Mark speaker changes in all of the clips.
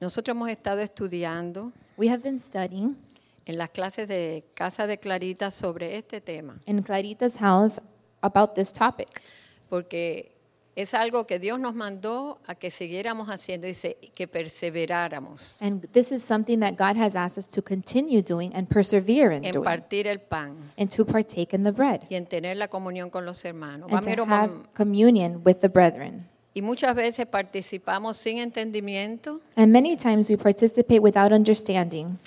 Speaker 1: nosotros hemos estado estudiando
Speaker 2: We have been studying
Speaker 1: en las clases de Casa de Clarita sobre este tema,
Speaker 2: in Clarita's house about this topic
Speaker 1: porque es algo que Dios nos mandó a que siguiéramos haciendo, dice, que perseveráramos
Speaker 2: and this is something that God has asked us to continue doing and persevere in
Speaker 1: en
Speaker 2: doing
Speaker 1: partir el pan
Speaker 2: and to partake in the bread
Speaker 1: y en tener la comunión con los hermanos. Va,
Speaker 2: and
Speaker 1: mero,
Speaker 2: to
Speaker 1: mam-
Speaker 2: have communion with the brethren.
Speaker 1: Y muchas veces participamos sin entendimiento
Speaker 2: And many times we participate without understanding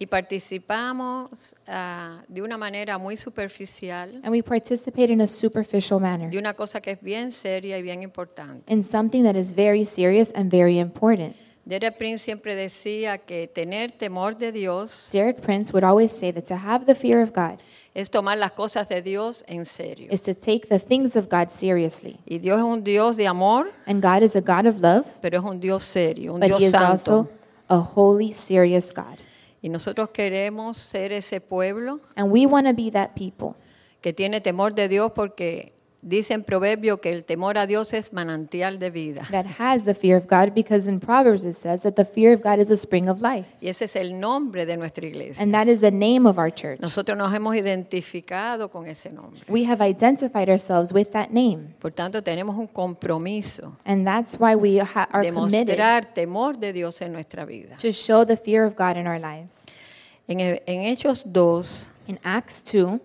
Speaker 1: y participamos ah, de una manera muy superficial
Speaker 2: and we participate in a superficial manner
Speaker 1: de una cosa que es bien seria y bien importante.
Speaker 2: in something that is very serious and very important.
Speaker 1: Derek Prince siempre decía que tener temor de Dios
Speaker 2: Derek Prince would always say that to have the fear of God
Speaker 1: es tomar las cosas de Dios en serio.
Speaker 2: is to take the things of God seriously.
Speaker 1: Y Dios es un Dios de amor,
Speaker 2: And God is a God of love.
Speaker 1: pero es un Dios serio, un
Speaker 2: but he
Speaker 1: Dios
Speaker 2: is also
Speaker 1: santo.
Speaker 2: a holy, serious God.
Speaker 1: Y nosotros queremos ser ese pueblo
Speaker 2: And we want to be that people
Speaker 1: que tiene temor de Dios porque dice en Proverbio que el temor a Dios es manantial de vida.
Speaker 2: that has the fear of God because in Proverbs it says that the fear of God is the spring of life.
Speaker 1: Y ese es el nombre de nuestra iglesia.
Speaker 2: And that is the name of our church.
Speaker 1: Nosotros nos hemos identificado con ese nombre.
Speaker 2: We have identified ourselves with that name.
Speaker 1: Por tanto, tenemos un compromiso
Speaker 2: And that's why we ha- are
Speaker 1: de
Speaker 2: committed
Speaker 1: mostrar temor de Dios en nuestra vida.
Speaker 2: to show the fear of God in our lives.
Speaker 1: En, e, en Hechos 2,
Speaker 2: In Acts 2,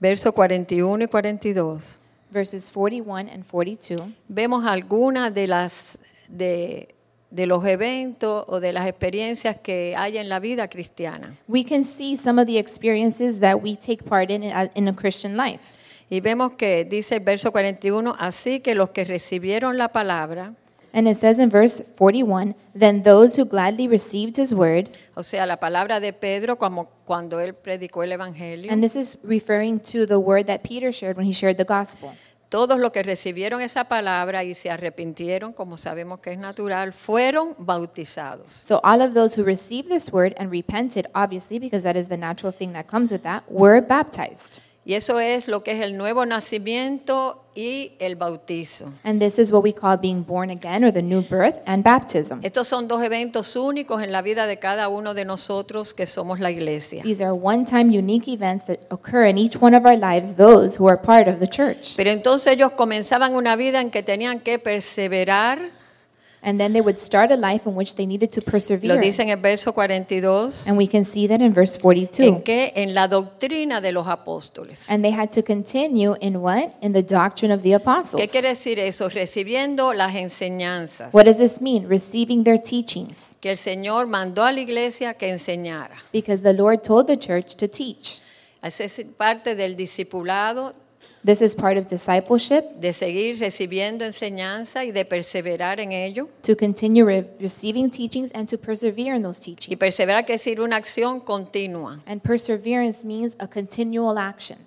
Speaker 1: versos 41 y 42,
Speaker 2: verses 41 and 42,
Speaker 1: vemos algunas de las de, de los eventos o de las experiencias que hay en la vida cristiana.
Speaker 2: we can see some of the experiences that we take part in uh, in in a Christian life.
Speaker 1: Y vemos que dice el verso 41, así que los que recibieron la palabra,
Speaker 2: And it says in verse 41 Then those who gladly received his word,
Speaker 1: o sea, la palabra de Pedro como cuando él predicó el evangelio,
Speaker 2: and this is referring to the word that Peter shared when he shared the gospel.
Speaker 1: todos los que recibieron esa palabra y se arrepintieron, como sabemos que es natural, fueron bautizados.
Speaker 2: So, all of those who received this word and repented, obviously, because that is the natural thing that comes with that, were baptized.
Speaker 1: Y eso es lo que es el nuevo nacimiento y el bautizo.
Speaker 2: And this is what we call being born again or the new birth and baptism.
Speaker 1: Estos son dos eventos únicos en la vida de cada uno de nosotros que somos la iglesia.
Speaker 2: These are one time unique events that occur in each one of our lives, those who are part of the church.
Speaker 1: Pero entonces ellos comenzaban una vida en que tenían que perseverar,
Speaker 2: And then they would start a life in which they needed to
Speaker 1: lo
Speaker 2: persevere.
Speaker 1: dice en el verso 42,
Speaker 2: And we can see that in verse 42.
Speaker 1: en que en la doctrina de los apóstoles.
Speaker 2: And they had to continue in what? In the doctrine of the apostles.
Speaker 1: ¿Qué quiere decir eso? Recibiendo las enseñanzas
Speaker 2: What does this mean? Receiving their teachings.
Speaker 1: que el Señor mandó a la iglesia que enseñara.
Speaker 2: Because the Lord told the church to teach.
Speaker 1: Esa es parte del discipulado
Speaker 2: This is part of discipleship,
Speaker 1: de seguir recibiendo enseñanza y de perseverar en ello.
Speaker 2: to continue re- receiving teachings and to persevere in those
Speaker 1: Y
Speaker 2: teachings.
Speaker 1: perseverar quiere decir una acción continua.
Speaker 2: And perseverance means a continual action.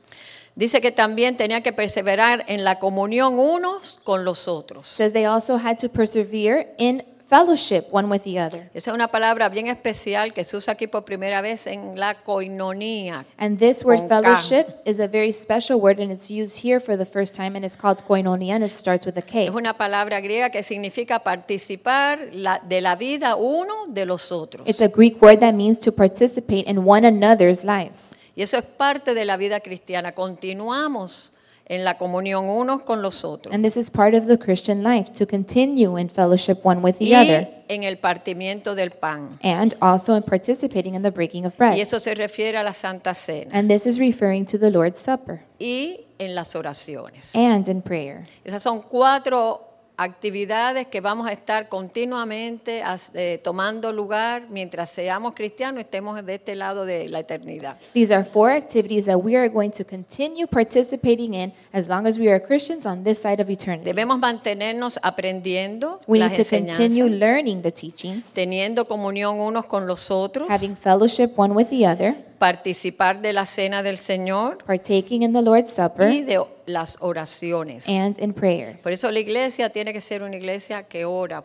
Speaker 1: Dice que también tenía que perseverar en la comunión unos con los
Speaker 2: It
Speaker 1: otros.
Speaker 2: says they also had to persevere in fellowship one with the other.
Speaker 1: Esa es una palabra bien especial que se usa aquí por primera vez en la coinonía.
Speaker 2: And this word
Speaker 1: Con K.
Speaker 2: fellowship is a very special word and it's used here for the first time and it's called koinonia and it starts with a K.
Speaker 1: Es una palabra griega que significa participar la- de la vida uno de los otros.
Speaker 2: It's a Greek word that means to participate in one another's lives.
Speaker 1: Y eso es parte de la vida cristiana. Continuamos en la comunión unos con los otros.
Speaker 2: And this is part of the Christian life, to continue in fellowship one with the
Speaker 1: Y
Speaker 2: other,
Speaker 1: en el partimiento del pan.
Speaker 2: and also in participating in the breaking of bread.
Speaker 1: Y eso se refiere a la Santa Cena
Speaker 2: And this is referring to the Lord's Supper
Speaker 1: y en las oraciones.
Speaker 2: and in prayer.
Speaker 1: Esas son cuatro actividades que vamos a estar continuamente as- eh, tomando lugar mientras seamos cristianos, estemos de este lado de la eternidad.
Speaker 2: These are four activities that we are going to continue participating in as long as we are Christians on this side of eternity.
Speaker 1: Debemos mantenernos aprendiendo
Speaker 2: We
Speaker 1: las
Speaker 2: need to continue
Speaker 1: enseñanzas,
Speaker 2: learning the teachings,
Speaker 1: teniendo comunión unos con los otros,
Speaker 2: having fellowship one with the other,
Speaker 1: participar de la cena del Señor
Speaker 2: partaking in the Lord's
Speaker 1: y
Speaker 2: Supper,
Speaker 1: de las oraciones.
Speaker 2: and in prayer.
Speaker 1: Por eso la iglesia tiene que ser una iglesia que ora,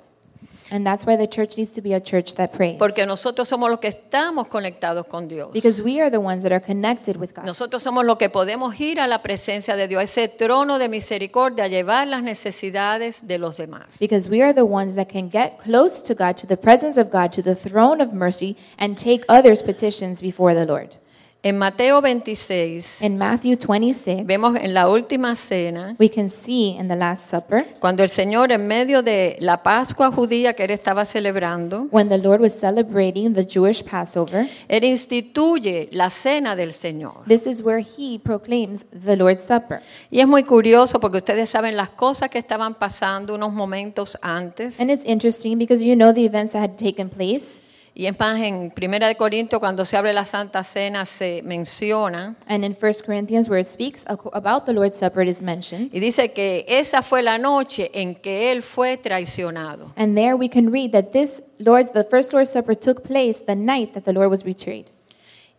Speaker 2: And that's why the church needs to be a church that prays.
Speaker 1: porque nosotros somos los que estamos conectados con Dios.
Speaker 2: Because we are the ones that are connected with God.
Speaker 1: Nosotros somos los que podemos ir a la presencia de Dios, a ese trono de misericordia, a llevar las necesidades de los demás.
Speaker 2: Because we are the ones that can get close to God, to the presence of God, to the throne of mercy, and take others' petitions before the Lord.
Speaker 1: En Mateo 26
Speaker 2: In Matthew 26,
Speaker 1: vemos en la última cena
Speaker 2: we can see in the Last Supper,
Speaker 1: cuando el Señor en medio de la Pascua judía que él estaba celebrando,
Speaker 2: when the Lord was celebrating the Jewish Passover,
Speaker 1: él instituye la cena del Señor.
Speaker 2: this is where he proclaims the Lord's Supper.
Speaker 1: Y es muy curioso porque ustedes saben las cosas que estaban pasando unos momentos antes.
Speaker 2: And it's interesting because you know the events that had taken place.
Speaker 1: Y es más, en Primera de Corintios, cuando se abre la Santa Cena, se menciona
Speaker 2: And in 1 Corinthians, where it speaks ac- about the Lord's Supper, it is mentioned.
Speaker 1: y dice que esa fue la noche en que él fue traicionado.
Speaker 2: And there we can read that this Lord's, the first Lord's Supper took place the night that the Lord was betrayed.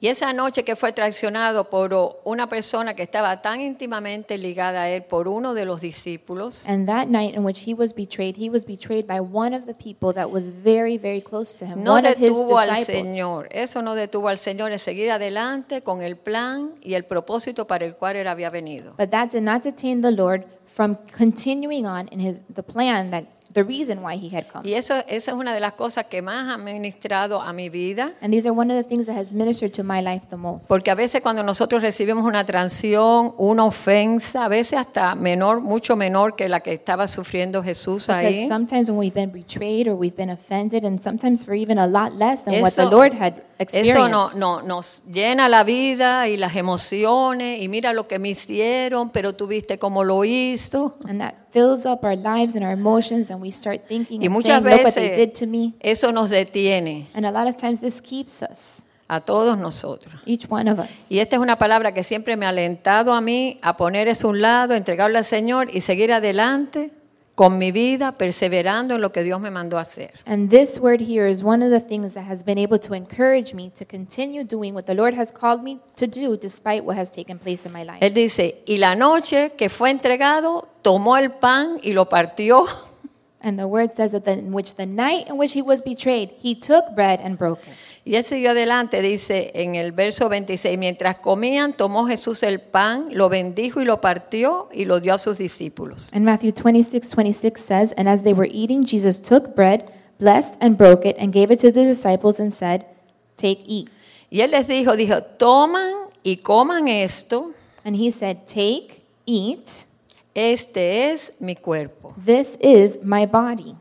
Speaker 1: Y esa noche que fue traicionado por o- una persona que estaba tan íntimamente ligada a él, por uno de los discípulos,
Speaker 2: And that night in which he was betrayed, he was betrayed by one of the people that was very, very close to him,
Speaker 1: no
Speaker 2: one of his
Speaker 1: detuvo al
Speaker 2: disciples.
Speaker 1: Señor. Eso no detuvo al Señor en seguir adelante con el plan y el propósito para el cual él había venido.
Speaker 2: But that did not detain the Lord from continuing on in his the plan that the reason why he had come.
Speaker 1: Y eso, eso es una de las cosas que más ha ministrado a mi vida.
Speaker 2: And these are one of the things that has ministered to my life the most.
Speaker 1: Porque a veces cuando nosotros recibimos una transición, una ofensa, a veces hasta menor, mucho menor que la que estaba sufriendo Jesús
Speaker 2: Because
Speaker 1: ahí,
Speaker 2: sometimes when we've been betrayed or we've been offended, and sometimes for even a lot less than what the
Speaker 1: Eso-
Speaker 2: Lord had
Speaker 1: eso no,
Speaker 2: experienced.
Speaker 1: no- nos llena la vida y las emociones y mira lo que me hicieron, pero tú viste cómo lo hizo.
Speaker 2: And that fills up our lives and our emotions, and we start thinking
Speaker 1: Y
Speaker 2: and
Speaker 1: muchas
Speaker 2: saying, look what they
Speaker 1: veces-
Speaker 2: did to me.
Speaker 1: Eso nos detiene
Speaker 2: And a lot of times this keeps us,
Speaker 1: a todos nosotros.
Speaker 2: each one of us.
Speaker 1: Y esta es una palabra que siempre me ha alentado a mí a poner eso a un lado, entregarlo al Señor y seguir adelante con mi vida, perseverando en lo que Dios me mandó a hacer.
Speaker 2: And this word here is one of the things that has been able to encourage me to continue doing what the Lord has called me to do despite what has taken place in my life.
Speaker 1: Él dice, y la noche que fue entregado, tomó el pan y lo partió
Speaker 2: And the word says that the, in which the night in which he was betrayed, he took bread and broke it.
Speaker 1: y él siguió adelante, dice en el verso 26, mientras comían, tomó Jesús el pan, lo bendijo y lo partió y lo dio a sus discípulos.
Speaker 2: And Matthew 26, 26 says, And as they were eating, Jesus took bread, blessed and broke it, and gave it to the disciples and said, Take, eat.
Speaker 1: Y él les dijo, dijo, toman y coman esto,
Speaker 2: And he said, Take, eat,
Speaker 1: este es mi cuerpo.
Speaker 2: this is my body.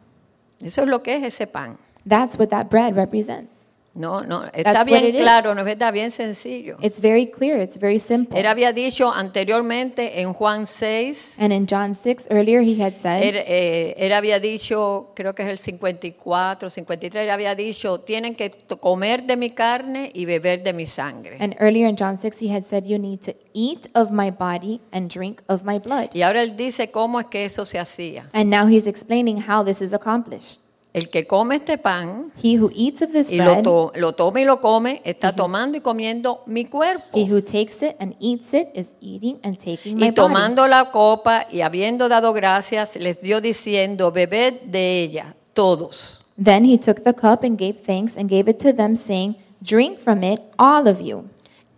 Speaker 1: Eso es lo que es ese pan.
Speaker 2: That's what that bread represents.
Speaker 1: No, no,
Speaker 2: That's
Speaker 1: está
Speaker 2: what it
Speaker 1: bien
Speaker 2: is.
Speaker 1: claro, no es verdad, bien sencillo.
Speaker 2: It's very clear, it's very simple.
Speaker 1: Él había dicho anteriormente en Juan 6,
Speaker 2: And in John 6, earlier he had
Speaker 1: Él,
Speaker 2: said,
Speaker 1: eh, él había dicho, creo que es el 54, 53, él había dicho, tienen que to- comer de mi carne y beber de mi sangre.
Speaker 2: and earlier in John 6, he had said, You need to eat of my body and drink of my blood.
Speaker 1: Y ahora él dice cómo es que eso se hacía.
Speaker 2: And now he's explaining how this is accomplished.
Speaker 1: El que come este pan
Speaker 2: He who eats of this
Speaker 1: y lo,
Speaker 2: bread,
Speaker 1: to- lo toma y lo come, está tomando y comiendo mi cuerpo.
Speaker 2: he who takes it and eats it is eating and taking my
Speaker 1: Y
Speaker 2: body.
Speaker 1: tomando la copa y habiendo dado gracias, les dio diciendo, bebed de ella, todos.
Speaker 2: Then he took the cup and gave thanks and gave it to them, saying, Drink from it, all of you,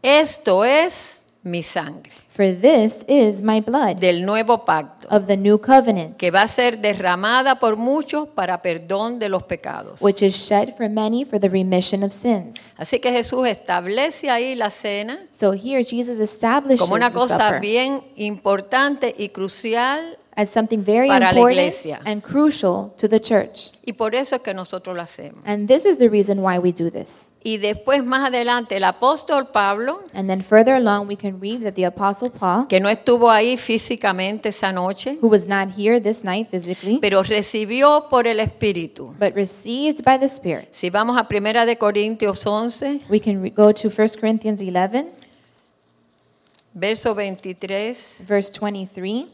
Speaker 1: Esto es mi sangre
Speaker 2: for this is my blood
Speaker 1: del nuevo pacto.
Speaker 2: of the new covenant,
Speaker 1: que va a ser derramada por muchos para perdón de los pecados.
Speaker 2: which is shed for many for the remission of sins.
Speaker 1: Así que Jesús establece ahí la cena
Speaker 2: So here Jesus establishes
Speaker 1: como una
Speaker 2: the
Speaker 1: cosa
Speaker 2: supper.
Speaker 1: bien importante y crucial
Speaker 2: as something very
Speaker 1: Para la
Speaker 2: important
Speaker 1: iglesia.
Speaker 2: and crucial to the church.
Speaker 1: Y por eso es que nosotros lo hacemos.
Speaker 2: And this is the reason why we do this.
Speaker 1: Y después, más adelante, el apóstol Pablo,
Speaker 2: And then further along, we can read that the Apostle Paul,
Speaker 1: que no estuvo ahí físicamente esa noche,
Speaker 2: who was not here this night physically,
Speaker 1: pero recibió por el Espíritu.
Speaker 2: but received by the Spirit.
Speaker 1: Si vamos a 1 de Corintios 11,
Speaker 2: We can re- go to 1 Corinthians 11,
Speaker 1: verso 23,
Speaker 2: verse 23.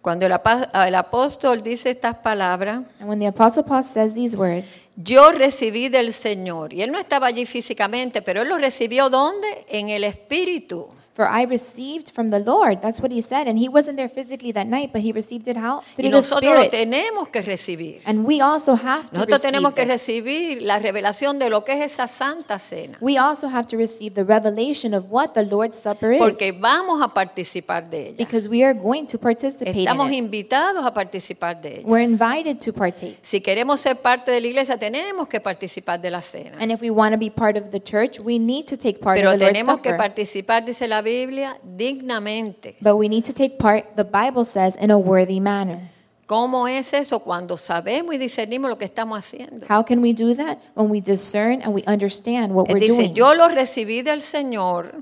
Speaker 1: cuando el, apa- el apóstol dice estas palabras,
Speaker 2: And when the Apostle Paul says these words,
Speaker 1: yo recibí del Señor. Y él no estaba allí físicamente, pero él lo recibió ¿dónde? En el Espíritu.
Speaker 2: For I received from the Lord, that's what he said. And he wasn't there physically that night, but he received it how?
Speaker 1: Y
Speaker 2: Through the
Speaker 1: nosotros lo
Speaker 2: Spirit.
Speaker 1: tenemos que recibir.
Speaker 2: And we also have to
Speaker 1: Nosotros
Speaker 2: receive
Speaker 1: tenemos que
Speaker 2: this.
Speaker 1: recibir la revelación de lo que es esa santa cena,
Speaker 2: We also have to receive the revelation of what the Lord's Supper is.
Speaker 1: porque vamos a participar de ella.
Speaker 2: because we are going to participate
Speaker 1: Estamos
Speaker 2: in it.
Speaker 1: invitados a participar de ella.
Speaker 2: We're invited to partake.
Speaker 1: Si queremos ser parte de la iglesia, tenemos que participar de la cena.
Speaker 2: And if we want to be part of the church, we need to take part
Speaker 1: Pero
Speaker 2: of the Lord's
Speaker 1: tenemos que
Speaker 2: Supper.
Speaker 1: participar, dice la Biblia, dignamente.
Speaker 2: but we need to take part, the Bible says, in a worthy manner.
Speaker 1: ¿Cómo es eso cuando sabemos y discernimos lo que estamos haciendo?
Speaker 2: How can we do that? When we discern and we understand what
Speaker 1: Él
Speaker 2: we're
Speaker 1: dice,
Speaker 2: doing.
Speaker 1: yo lo recibí del Señor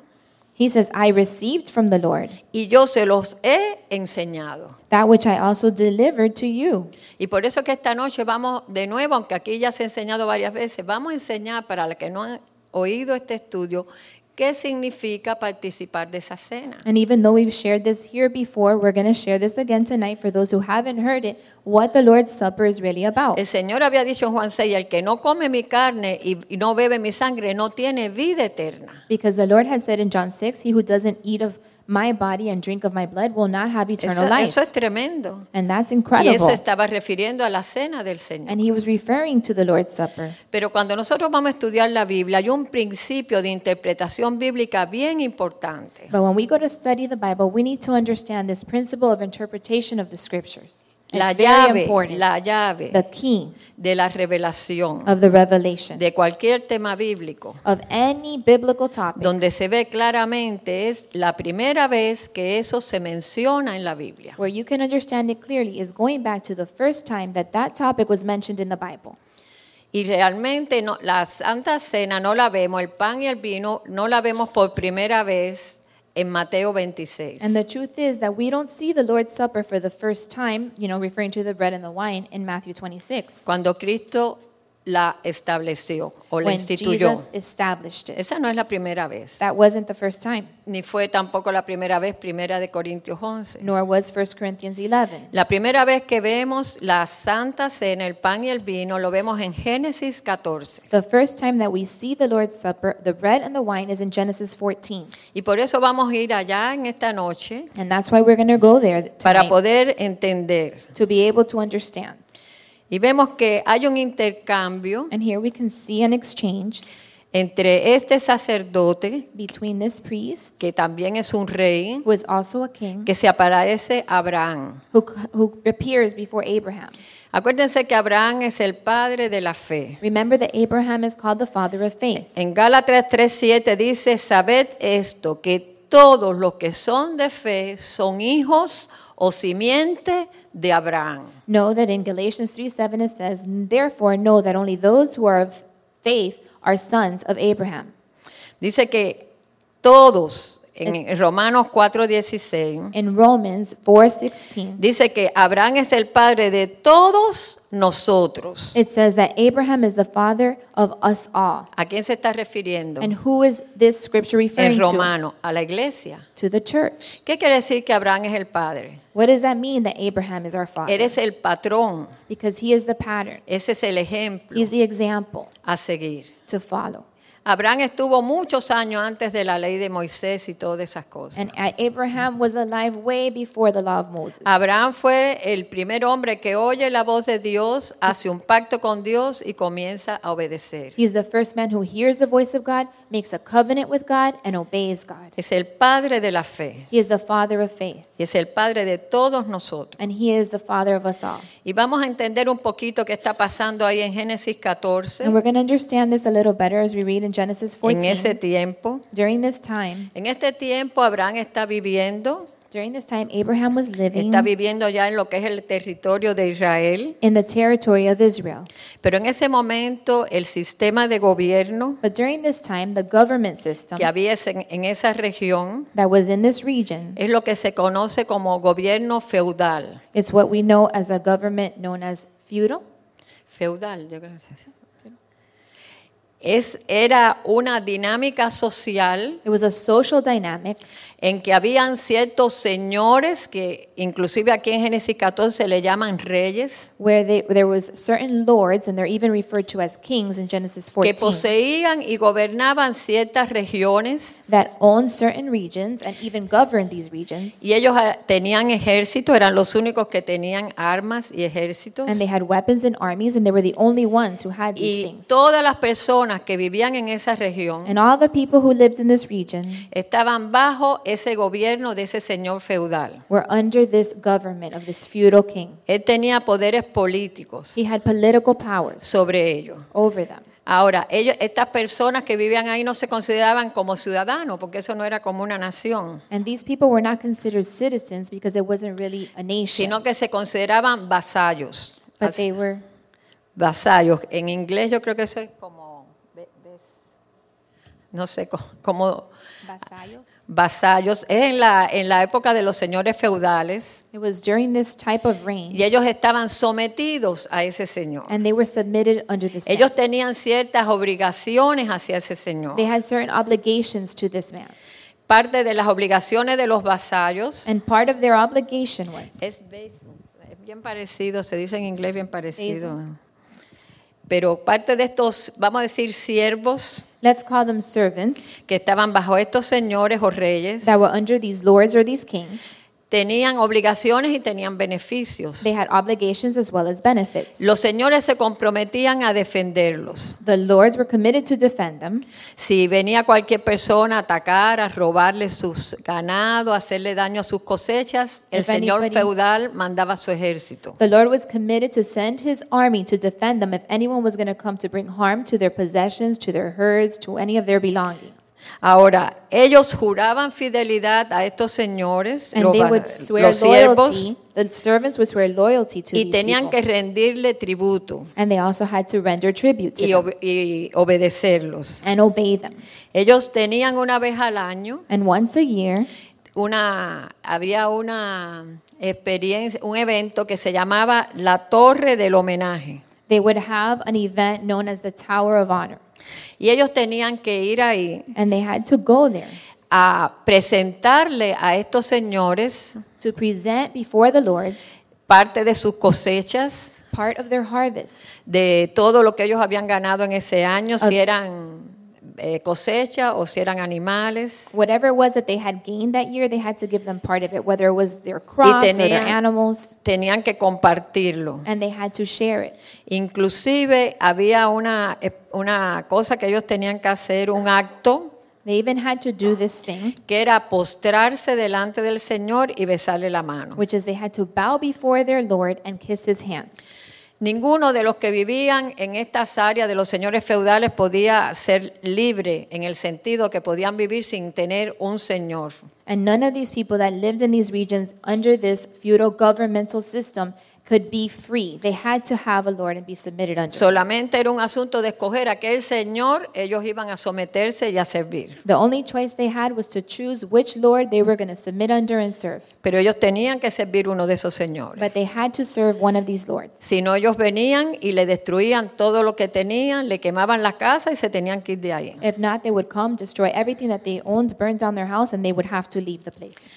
Speaker 2: he says, I received from the Lord
Speaker 1: y yo se los he enseñado.
Speaker 2: that which I also delivered to you.
Speaker 1: Y por eso que esta noche vamos de nuevo, aunque aquí ya se ha enseñado varias veces, vamos a enseñar para los que no han oído este estudio qué significa participar de esa cena.
Speaker 2: And even though we've shared this here before, we're going to share this again tonight for those who haven't heard it, what the Lord's Supper is really about.
Speaker 1: El Señor había dicho en Juan 6, el que no come mi carne y y no bebe mi sangre no tiene vida eterna.
Speaker 2: Because the Lord had said in John 6, He who doesn't eat of my body and drink of my blood will not have eternal
Speaker 1: Esa-
Speaker 2: life.
Speaker 1: eso es tremendo.
Speaker 2: and that's
Speaker 1: Y
Speaker 2: incredible.
Speaker 1: eso estaba refiriendo a la cena del Señor.
Speaker 2: and He was referring to the Lord's Supper.
Speaker 1: Pero cuando nosotros vamos a estudiar la Biblia, hay un principio de interpretación bíblica bien importante.
Speaker 2: But when we go to study the Bible, we need to understand this principle of interpretation of the scriptures. And
Speaker 1: La
Speaker 2: it's very
Speaker 1: llave,
Speaker 2: important.
Speaker 1: la llave
Speaker 2: the key
Speaker 1: de la revelación
Speaker 2: of the revelation
Speaker 1: de cualquier tema bíblico,
Speaker 2: of any biblical topic.
Speaker 1: donde se ve claramente es la primera vez que eso se menciona en la Biblia.
Speaker 2: where you can understand it clearly is going back to the first time that that topic was mentioned in the Bible.
Speaker 1: Y realmente no, la Santa Cena no la vemos, el pan y el vino no la vemos por primera vez en Mateo 26.
Speaker 2: And the truth is that we don't see the Lord's Supper for the first time, you know, referring to the bread and the wine in Matthew 26,
Speaker 1: Cuando Cristo la estableció o la
Speaker 2: when
Speaker 1: instituyó.
Speaker 2: Jesus established it.
Speaker 1: Esa no es la primera vez,
Speaker 2: That wasn't the first time,
Speaker 1: ni fue tampoco la primera vez, primera de Corintios 11.
Speaker 2: nor was 1 Corinthians 11.
Speaker 1: La primera vez que vemos la Santa Cena, el pan y el vino, lo vemos en Génesis 14.
Speaker 2: The first time that we see the Lord's Supper, the bread and the wine, is in Genesis 14.
Speaker 1: Y por eso vamos a ir allá en esta noche
Speaker 2: And that's why we're going to go there
Speaker 1: para
Speaker 2: tonight,
Speaker 1: poder entender.
Speaker 2: to be able to understand.
Speaker 1: Y vemos que hay un intercambio
Speaker 2: And here we can see an exchange
Speaker 1: entre este sacerdote,
Speaker 2: between this priest,
Speaker 1: que también es un rey,
Speaker 2: who is also a king,
Speaker 1: que se aparece a Abraham.
Speaker 2: who, who appears before Abraham.
Speaker 1: Acuérdense que Abraham es el padre de la fe.
Speaker 2: Remember that Abraham is called the father of faith.
Speaker 1: En Gálatas 3:7 dice, sabed esto, que todos los que son de fe son hijos o simiente de Abraham.
Speaker 2: Know that in Galatians 3 7 it says, Therefore know that only those who are of faith are sons of Abraham.
Speaker 1: Dice que todos, en Romanos 4:16,
Speaker 2: In Romans four sixteen,
Speaker 1: dice que Abraham es el padre de todos nosotros.
Speaker 2: it says that Abraham is the father of us all.
Speaker 1: ¿A quién se está refiriendo?
Speaker 2: And who is this scripture referring
Speaker 1: En
Speaker 2: to?
Speaker 1: Romano, a la iglesia.
Speaker 2: To the church.
Speaker 1: ¿Qué quiere decir que Abraham es el padre?
Speaker 2: What does that mean that Abraham is our father?
Speaker 1: Eres el patrón,
Speaker 2: Because he is the pattern,
Speaker 1: ese es el ejemplo
Speaker 2: he's the example
Speaker 1: a seguir.
Speaker 2: to follow.
Speaker 1: Abraham estuvo muchos años antes de la ley de Moisés y todas esas cosas.
Speaker 2: And A- Abraham was alive way before the law of Moses.
Speaker 1: Abraham fue el primer hombre que oye la voz de Dios, hace un pacto con Dios y comienza a obedecer.
Speaker 2: He's the first man who hears the voice of God, makes a covenant with God, and obeys God.
Speaker 1: Es el padre de la fe
Speaker 2: He is the father of faith,
Speaker 1: y es el padre de todos nosotros.
Speaker 2: and he is the father of us all.
Speaker 1: Y vamos a entender un poquito qué está pasando ahí en Génesis
Speaker 2: And
Speaker 1: 14,
Speaker 2: we're going to understand this a little better as we read in Genesis
Speaker 1: en ese
Speaker 2: 14.
Speaker 1: tiempo.
Speaker 2: During this time,
Speaker 1: En este tiempo Abraham está viviendo,
Speaker 2: during this time, Abraham was living
Speaker 1: está viviendo ya en lo que es el territorio de Israel,
Speaker 2: in the territory of Israel.
Speaker 1: pero en ese momento el sistema de gobierno
Speaker 2: But during this time, the government system
Speaker 1: que había ese- en, esa región
Speaker 2: that was in this region,
Speaker 1: es lo que se conoce como gobierno feudal.
Speaker 2: it's what we know as a government known as feudal.
Speaker 1: Feudal, yo creo que es. Es, era una dinámica social
Speaker 2: It was a social dynamic
Speaker 1: en que habían ciertos señores que inclusive aquí en Génesis 14 se le llaman reyes,
Speaker 2: where they, there was certain lords, and they're even referred to as kings in Genesis 14,
Speaker 1: que poseían y gobernaban ciertas regiones
Speaker 2: that owned certain regions and even governed these regions.
Speaker 1: y ellos eh, tenían ejército, eran los únicos que tenían armas y ejércitos.
Speaker 2: And they had weapons and armies, and they were the only ones who had these
Speaker 1: Y
Speaker 2: things.
Speaker 1: todas las personas que vivían en esa región
Speaker 2: And all the people who lived in this region
Speaker 1: estaban bajo ese gobierno de ese señor feudal.
Speaker 2: were under this government of this feudal king.
Speaker 1: Él tenía poderes políticos
Speaker 2: He had political powers
Speaker 1: sobre ellos.
Speaker 2: over them.
Speaker 1: Ahora, ellos, estas personas que vivían ahí no se consideraban como ciudadanos, porque eso no era como una nación,
Speaker 2: And these people were not considered citizens because it wasn't really a nation,
Speaker 1: sino que se consideraban vasallos.
Speaker 2: but
Speaker 1: As-
Speaker 2: they were
Speaker 1: Vasallos. En inglés yo creo que eso es como, ve- ves- no sé, co- como
Speaker 2: vasallos.
Speaker 1: vasallos. Es en la, en la época de los señores feudales
Speaker 2: It was during this type of reign,
Speaker 1: y ellos estaban sometidos a ese señor.
Speaker 2: and they were submitted under this man.
Speaker 1: Ellos tenían ciertas obligaciones hacia ese señor.
Speaker 2: They had certain obligations to this man,
Speaker 1: Parte de las obligaciones de los vasallos
Speaker 2: and part of their obligation was
Speaker 1: Es basis, es bien parecido, se dice en inglés bien
Speaker 2: Basis.
Speaker 1: parecido. Pero parte de estos, vamos a decir, siervos
Speaker 2: let's call them servants
Speaker 1: que estaban bajo estos señores o reyes,
Speaker 2: that were under these lords or these kings.
Speaker 1: tenían obligaciones y tenían beneficios.
Speaker 2: They had obligations as well as benefits.
Speaker 1: Los señores se comprometían a defenderlos.
Speaker 2: The lords were committed to defend them.
Speaker 1: Si venía cualquier persona a atacar, a robarle sus ganado, a hacerle daño a sus cosechas, el
Speaker 2: If
Speaker 1: señor
Speaker 2: anybody-
Speaker 1: feudal mandaba su ejército.
Speaker 2: The Lord was committed to send his army to defend them if anyone was going to come to bring harm to their possessions, to their herds, to any of their belongings.
Speaker 1: Ahora, ellos juraban fidelidad a estos señores,
Speaker 2: And
Speaker 1: los,
Speaker 2: they
Speaker 1: va-
Speaker 2: would swear
Speaker 1: los
Speaker 2: loyalty.
Speaker 1: siervos,
Speaker 2: The servants would swear loyalty to
Speaker 1: y
Speaker 2: these
Speaker 1: tenían que
Speaker 2: people.
Speaker 1: rendirle tributo
Speaker 2: And they also had to render tribute to
Speaker 1: y,
Speaker 2: them
Speaker 1: ob- y obedecerlos.
Speaker 2: and obey them.
Speaker 1: Ellos tenían una vez al año,
Speaker 2: And once a year,
Speaker 1: una, había una experiencia, un evento que se llamaba la Torre del Homenaje.
Speaker 2: they would have an event known as the Tower of Honor.
Speaker 1: Y ellos tenían que ir ahí
Speaker 2: And they had to go there
Speaker 1: a presentarle a estos señores
Speaker 2: to present before the Lord's
Speaker 1: parte de sus cosechas,
Speaker 2: part of their harvest.
Speaker 1: de todo lo que ellos habían ganado en ese año, si eran eh, cosecha o si eran animales.
Speaker 2: Whatever it was that they had gained that year, they had to give them part of it, whether it was their crops or their
Speaker 1: tenían-
Speaker 2: animals,
Speaker 1: Tenían que compartirlo.
Speaker 2: and they had to share it.
Speaker 1: Inclusive había una, eh, una cosa que ellos tenían que hacer, un acto,
Speaker 2: They even had to do this thing,
Speaker 1: que era postrarse delante del Señor y besarle la mano.
Speaker 2: which is they had to bow before their Lord and kiss his hand.
Speaker 1: Ninguno de los que vivían en estas áreas de los señores feudales podía ser libre en el sentido que podían vivir sin tener un señor.
Speaker 2: And none of these people that lived in these regions under this feudal governmental system could be free. They had to have a Lord and be submitted under. him.
Speaker 1: Solamente era un asunto de escoger a qué señor ellos iban a someterse y a servir.
Speaker 2: the only choice they had was to choose which Lord they were going to submit under and serve.
Speaker 1: Pero ellos tenían que servir uno de esos señores.
Speaker 2: But they had to serve one of these lords.
Speaker 1: Si no, ellos venían y le destruían todo lo que tenían, le quemaban la casa y se tenían que ir de ahí.
Speaker 2: If not, they would come, destroy everything that they owned, burn down their house, and they would have to leave the place.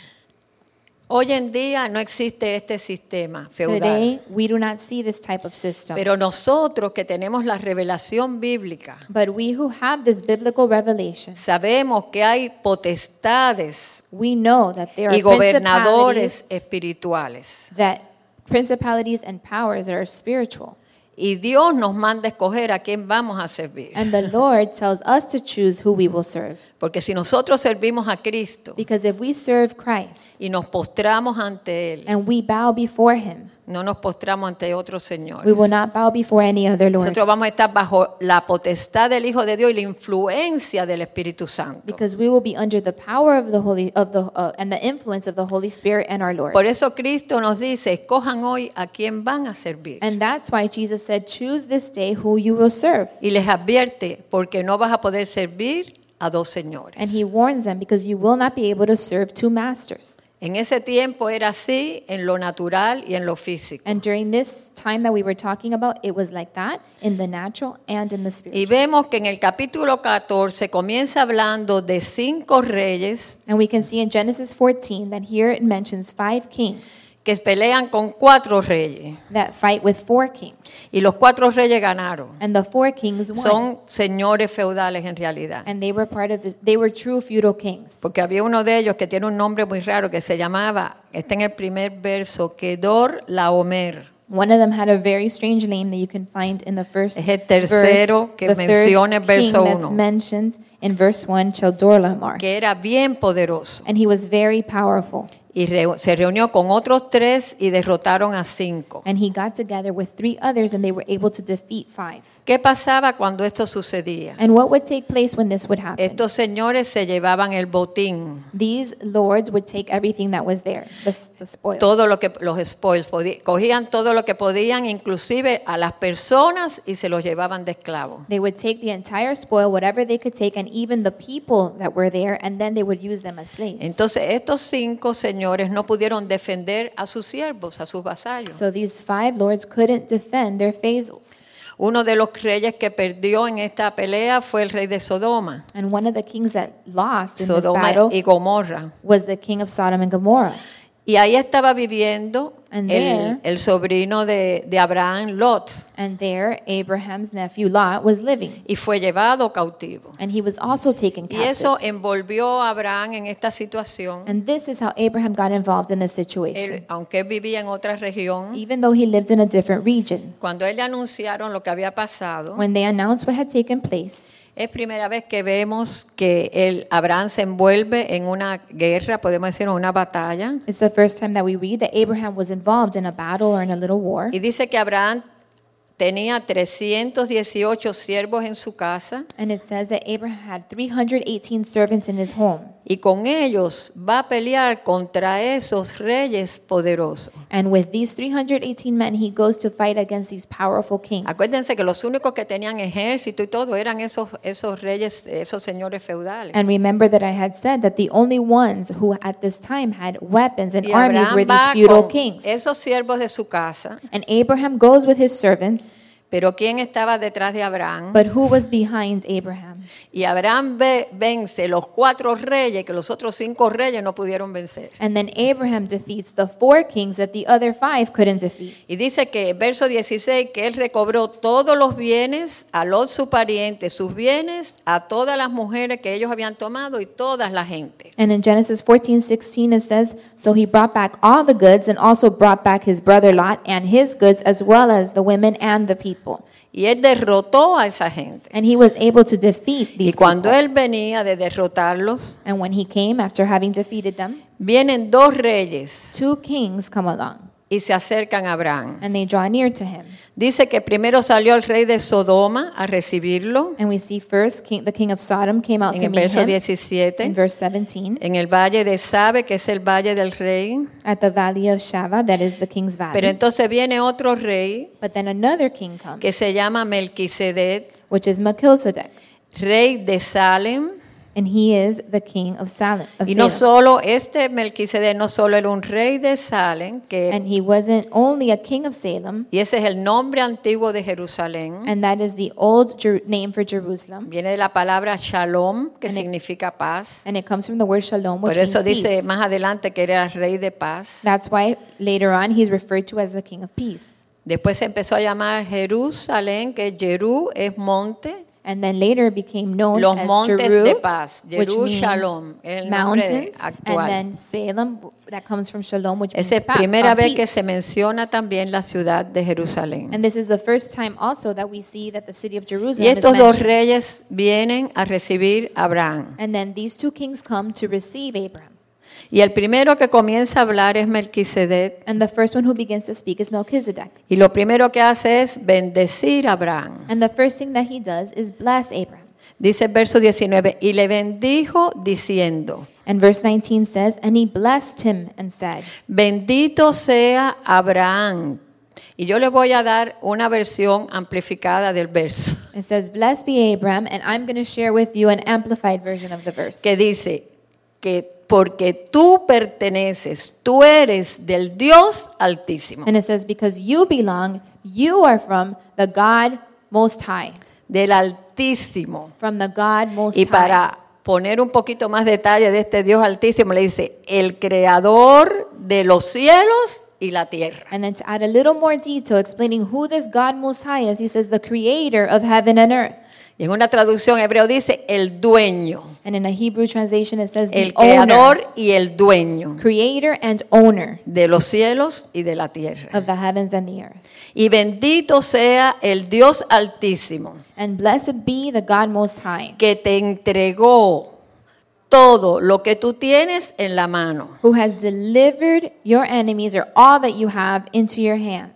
Speaker 1: Hoy en día no existe este sistema feudal.
Speaker 2: Today, we do not see this type of system.
Speaker 1: Pero nosotros que tenemos la revelación bíblica,
Speaker 2: but we who have this biblical revelation,
Speaker 1: sabemos que hay potestades
Speaker 2: we know that there
Speaker 1: y
Speaker 2: are principalities
Speaker 1: gobernadores espirituales.
Speaker 2: that principalities and powers that are spiritual.
Speaker 1: Y Dios nos manda a escoger a quién vamos a servir.
Speaker 2: And the Lord tells us to choose who we will serve.
Speaker 1: Porque si nosotros servimos a Cristo
Speaker 2: Because if we serve Christ
Speaker 1: y nos postramos ante Él,
Speaker 2: and we bow before him,
Speaker 1: no nos postramos ante otros
Speaker 2: We
Speaker 1: señores.
Speaker 2: will not bow before any other Lord
Speaker 1: Nosotros vamos a estar bajo la potestad del Hijo de Dios y la influencia del Espíritu Santo.
Speaker 2: because we will be under the power of the Holy of the uh, and the influence of the Holy Spirit and our Lord.
Speaker 1: Por eso Cristo nos dice, escojan hoy a quién van a servir.
Speaker 2: And that's why Jesus said, "Choose this day who you will serve."
Speaker 1: Y les advierte, porque no vas a poder servir a dos señores.
Speaker 2: And he warns them because you will not be able to serve two masters.
Speaker 1: En ese tiempo era así en lo natural y en lo físico.
Speaker 2: And during this time that we were talking about, it was like that in the natural and in the
Speaker 1: Y
Speaker 2: spiritual.
Speaker 1: vemos que en el capítulo 14 comienza hablando de cinco reyes
Speaker 2: And we can see in Genesis 14 that here it mentions five kings
Speaker 1: que pelean con cuatro reyes.
Speaker 2: that fight with four kings.
Speaker 1: Y los cuatro reyes ganaron.
Speaker 2: And the four kings won.
Speaker 1: Son señores feudales en realidad.
Speaker 2: and they were part of the, they were true feudal kings.
Speaker 1: Porque había uno de ellos que tiene un nombre muy raro que se llamaba, está en el primer verso, Kedor Laomer.
Speaker 2: One of them had a very strange name that you can find in the first
Speaker 1: Es el tercero
Speaker 2: verse,
Speaker 1: que
Speaker 2: the third
Speaker 1: menciona en
Speaker 2: king
Speaker 1: verso
Speaker 2: that's
Speaker 1: uno.
Speaker 2: mentioned in verse 1, Childorlamar.
Speaker 1: que era bien poderoso.
Speaker 2: And he was very powerful.
Speaker 1: Y reu- se reunió con otros tres y derrotaron a cinco.
Speaker 2: And he got together with three others and they were able to defeat five.
Speaker 1: ¿Qué pasaba cuando esto sucedía?
Speaker 2: And what would take place when this would happen?
Speaker 1: Estos señores se llevaban el botín,
Speaker 2: These lords would take everything that was there, the, s- the spoil.
Speaker 1: todo lo que los spoils, podi- cogían todo lo que podían, inclusive a las personas y se los llevaban de esclavos.
Speaker 2: They would take the entire spoil, whatever they could take, and even the people that were there, and then they would use them as slaves.
Speaker 1: Entonces estos cinco señores no pudieron defender a sus siervos, a sus vasallos.
Speaker 2: so these five lords couldn't defend their phasals.
Speaker 1: Uno de los reyes que perdió en esta pelea fue el rey de Sodoma,
Speaker 2: And one of the kings that lost in this
Speaker 1: Sodoma
Speaker 2: battle
Speaker 1: y Gomorra.
Speaker 2: was the king of Sodom and Gomorrah.
Speaker 1: Y ahí estaba viviendo
Speaker 2: And
Speaker 1: el,
Speaker 2: there-
Speaker 1: el sobrino de, de Abraham, Lot,
Speaker 2: And there, Abraham's nephew Lot was living,
Speaker 1: y fue llevado cautivo.
Speaker 2: and he was also taken
Speaker 1: Y
Speaker 2: captive.
Speaker 1: eso envolvió a Abraham en esta situación.
Speaker 2: And this is how Abraham got involved in this
Speaker 1: Él,
Speaker 2: situation.
Speaker 1: aunque él vivía en otra región,
Speaker 2: Even though he lived in a different region,
Speaker 1: cuando él le anunciaron lo que había pasado,
Speaker 2: when they announced what had taken place,
Speaker 1: es primera vez que vemos que el Abraham se envuelve en una guerra, podemos decir, en una batalla.
Speaker 2: it's the first time that we read that Abraham was involved in a battle or in a little war.
Speaker 1: Y dice que Abraham tenía 318 siervos en su casa.
Speaker 2: And it says that Abraham had 318 servants in his home.
Speaker 1: Y con ellos va a pelear contra esos reyes poderosos.
Speaker 2: And with these 318 men, he goes to fight against these powerful kings.
Speaker 1: Acuérdense que los únicos que tenían ejército y todo eran esos, esos reyes, esos señores feudales.
Speaker 2: And remember that I had said that the only ones who at this time had weapons and
Speaker 1: Y
Speaker 2: armies
Speaker 1: Abraham
Speaker 2: were these
Speaker 1: va
Speaker 2: feudal
Speaker 1: con
Speaker 2: kings.
Speaker 1: esos siervos de su casa.
Speaker 2: And Abraham goes with his servants,
Speaker 1: Pero ¿quién estaba detrás de Abraham?
Speaker 2: but who was behind Abraham?
Speaker 1: Y Abraham ve- vence los cuatro reyes que los otros cinco reyes no pudieron vencer.
Speaker 2: And then Abraham defeats the four kings that the other five couldn't defeat.
Speaker 1: Y dice que, verso 16, que él recobró todos los bienes, a los su pariente, sus bienes, a todas las mujeres que ellos habían tomado y todas la gente.
Speaker 2: And in Genesis 14, 16, it says, So he brought back all the goods and also brought back his brother Lot and his goods, as well as the women and the people.
Speaker 1: Y él derrotó a esa gente.
Speaker 2: And he was able to defeat
Speaker 1: Y
Speaker 2: these
Speaker 1: cuando
Speaker 2: people.
Speaker 1: él venía de derrotarlos,
Speaker 2: And when he came, after having defeated them,
Speaker 1: vienen dos reyes
Speaker 2: two kings come along
Speaker 1: y se acercan a Abraham.
Speaker 2: and they draw near to him.
Speaker 1: Dice que primero salió el rey de Sodoma a recibirlo
Speaker 2: And we see first king, the king of Sodom came out
Speaker 1: en
Speaker 2: to
Speaker 1: el
Speaker 2: meet
Speaker 1: verso
Speaker 2: him in
Speaker 1: 17,
Speaker 2: verse 17
Speaker 1: en el valle de Sabe, que es el valle del rey.
Speaker 2: at the valley of Shava, that is the king's
Speaker 1: Pero
Speaker 2: valley.
Speaker 1: entonces viene otro rey
Speaker 2: But then another king comes,
Speaker 1: que se llama Melquisedec,
Speaker 2: which is Melchizedek,
Speaker 1: rey de Salem.
Speaker 2: and he is the king of Salem. Of
Speaker 1: Y no
Speaker 2: Salem.
Speaker 1: solo este Melquisedec, no solo era un rey de Salem, que
Speaker 2: And he wasn't only a king of Salem,
Speaker 1: y ese es el nombre antiguo de Jerusalén.
Speaker 2: and that is the old Jer- name for Jerusalem.
Speaker 1: Viene de la palabra Shalom, que significa paz.
Speaker 2: And it comes from the word shalom, which
Speaker 1: Por eso
Speaker 2: means
Speaker 1: dice
Speaker 2: peace.
Speaker 1: más adelante que era rey de paz.
Speaker 2: That's why later on he's referred to as the king of peace.
Speaker 1: Después se empezó a llamar Jerusalén, que Jerú es monte.
Speaker 2: And then later it became known
Speaker 1: Los
Speaker 2: as
Speaker 1: montes
Speaker 2: Jeru,
Speaker 1: de paz,
Speaker 2: which means
Speaker 1: Jerusalem, el nombre
Speaker 2: mountains,
Speaker 1: actual.
Speaker 2: and then Salem, that comes from Shalom, which
Speaker 1: Esa es
Speaker 2: means pa-
Speaker 1: primera
Speaker 2: of
Speaker 1: vez que
Speaker 2: peace.
Speaker 1: se menciona también la ciudad de Jerusalén.
Speaker 2: And this is the first time also that we see that the city of Jerusalem
Speaker 1: Y estos
Speaker 2: is
Speaker 1: dos
Speaker 2: mentioned.
Speaker 1: reyes vienen a recibir a Abraham.
Speaker 2: And then these two kings come to receive Abraham.
Speaker 1: Y el primero que comienza a hablar es Melquisedec.
Speaker 2: And the first one who begins to speak is Melchizedek.
Speaker 1: Y lo primero que hace es bendecir a Abraham.
Speaker 2: And the first thing that he does is bless Abraham.
Speaker 1: Dice el verso 19, y le bendijo diciendo,
Speaker 2: And verse 19 says, And he blessed him and said,
Speaker 1: bendito sea Abraham. Y yo le voy a dar una versión amplificada del verso,
Speaker 2: It says, Blessed be Abram, and I'm going to share with you an amplified version of the verse.
Speaker 1: que dice, que porque tú perteneces, tú eres del Dios Altísimo,
Speaker 2: And it says, Because you belong, you are from the God Most High.
Speaker 1: del Altísimo.
Speaker 2: From the God Most
Speaker 1: Y
Speaker 2: High.
Speaker 1: para poner un poquito más detalle de este Dios Altísimo, le dice, el creador de los cielos y la tierra.
Speaker 2: And then to add a little more detail explaining who this God Most High is, he says, The creator of heaven and earth.
Speaker 1: Y en una traducción hebreo dice, el dueño.
Speaker 2: And in a Hebrew translation, it says, The
Speaker 1: el
Speaker 2: owner,
Speaker 1: creador y el dueño
Speaker 2: creator and owner
Speaker 1: de los cielos y de la tierra.
Speaker 2: of the heavens and the earth.
Speaker 1: Y bendito sea el Dios altísimo
Speaker 2: And blessed be the God Most High,
Speaker 1: que te entregó todo lo que tú tienes en la mano.
Speaker 2: who has delivered your enemies or all that you have into your hand.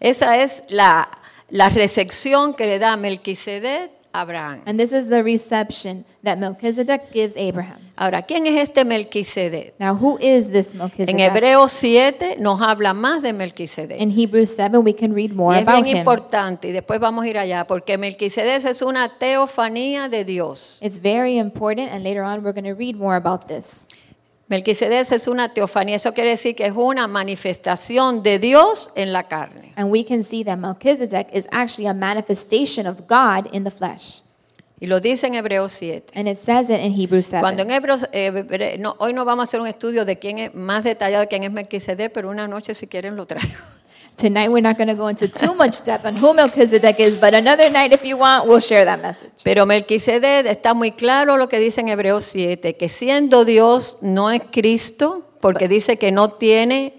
Speaker 1: Esa es la, la recepción que le da Melquisedec a Abraham.
Speaker 2: And this is the reception that Melchizedek gives Abraham.
Speaker 1: Ahora, ¿quién es este Melquisedec?
Speaker 2: Now, who is this
Speaker 1: En
Speaker 2: Melchizedek?
Speaker 1: Hebreos 7 nos habla más de Melquisedec.
Speaker 2: In Hebrews 7, we can read more
Speaker 1: Y es bien
Speaker 2: about him.
Speaker 1: importante, y después vamos a ir allá, porque Melquisedec es una teofanía de Dios.
Speaker 2: It's very important, and later on, we're going to read more about this.
Speaker 1: Melquisedec es una teofanía, eso quiere decir que es una manifestación de Dios en la carne.
Speaker 2: And we can see that Melchizedek is actually a manifestation of God in the flesh.
Speaker 1: Y lo dice en Hebreos 7.
Speaker 2: And it says it in Hebrews 7.
Speaker 1: Cuando en Hebreos, eh, Hebre- no, hoy no vamos a hacer un estudio de quién es más detallado de quién es Melquisedec, pero una noche si quieren lo traigo.
Speaker 2: Tonight, we're not going to go into too much depth on who Melchizedek is, but another night, if you want, we'll share that message.
Speaker 1: Pero Melquisedec está muy claro lo que dice en Hebreos 7, que siendo Dios no es Cristo, porque dice que no tiene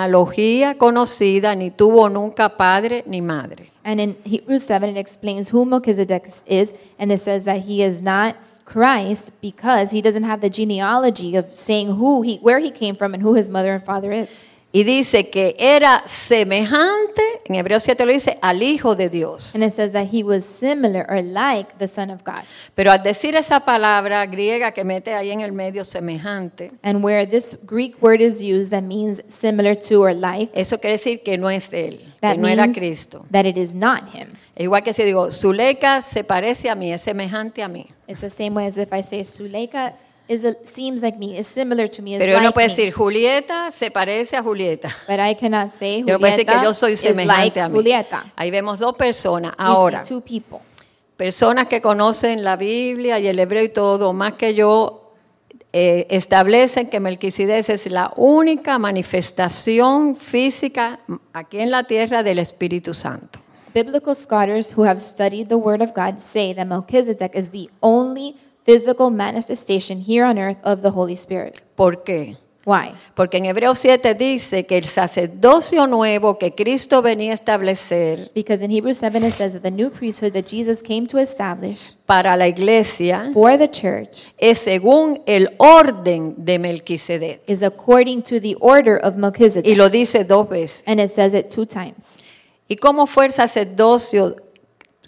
Speaker 1: genealogía conocida, ni tuvo nunca padre ni madre.
Speaker 2: And in Hebrews 7, it explains who Melchizedek is, and it says that he is not Christ because he doesn't have the genealogy of saying who he, where he came from and who his mother and father is.
Speaker 1: Y dice que era semejante, en Hebreos 7 lo dice, al Hijo de Dios.
Speaker 2: And it says that he was similar or like the Son of God.
Speaker 1: Pero al decir esa palabra griega que mete ahí en el medio semejante,
Speaker 2: And where this Greek word is used that means similar to or like,
Speaker 1: eso quiere decir que no es Él,
Speaker 2: that
Speaker 1: que no era
Speaker 2: means
Speaker 1: Cristo.
Speaker 2: that it is not him.
Speaker 1: Igual que si digo, Zuleika se parece a mí, es semejante a mí.
Speaker 2: It's the same way as if I say Suleika is a, seems like me, is similar to me, is
Speaker 1: Pero yo no
Speaker 2: like
Speaker 1: puedo
Speaker 2: me.
Speaker 1: decir, Julieta se parece a Julieta.
Speaker 2: But I cannot say
Speaker 1: Yo no puedo decir que yo soy
Speaker 2: Julieta is like
Speaker 1: semejante a mí.
Speaker 2: Julieta.
Speaker 1: Ahí vemos dos personas.
Speaker 2: we
Speaker 1: Ahora,
Speaker 2: see two people.
Speaker 1: personas que conocen la Biblia y el hebreo y todo, más que yo, eh, establecen que Melquisedec es la única manifestación física aquí en la tierra del Espíritu Santo.
Speaker 2: Biblical scholars who have studied the Word of God say that Melchizedek is the only physical manifestation here on earth of the Holy Spirit.
Speaker 1: ¿Por qué?
Speaker 2: Why?
Speaker 1: Porque en Hebreos 7 dice que el sacerdocio nuevo que Cristo venía a establecer
Speaker 2: Because in Hebrews 7 it says that the new priesthood that Jesus came to establish
Speaker 1: para la iglesia
Speaker 2: for the church
Speaker 1: es según el orden de Melquisedec.
Speaker 2: is according to the order of
Speaker 1: Y
Speaker 2: Melchizedek.
Speaker 1: lo dice dos veces.
Speaker 2: And it says it two times.
Speaker 1: ¿Y cómo fue el sacerdocio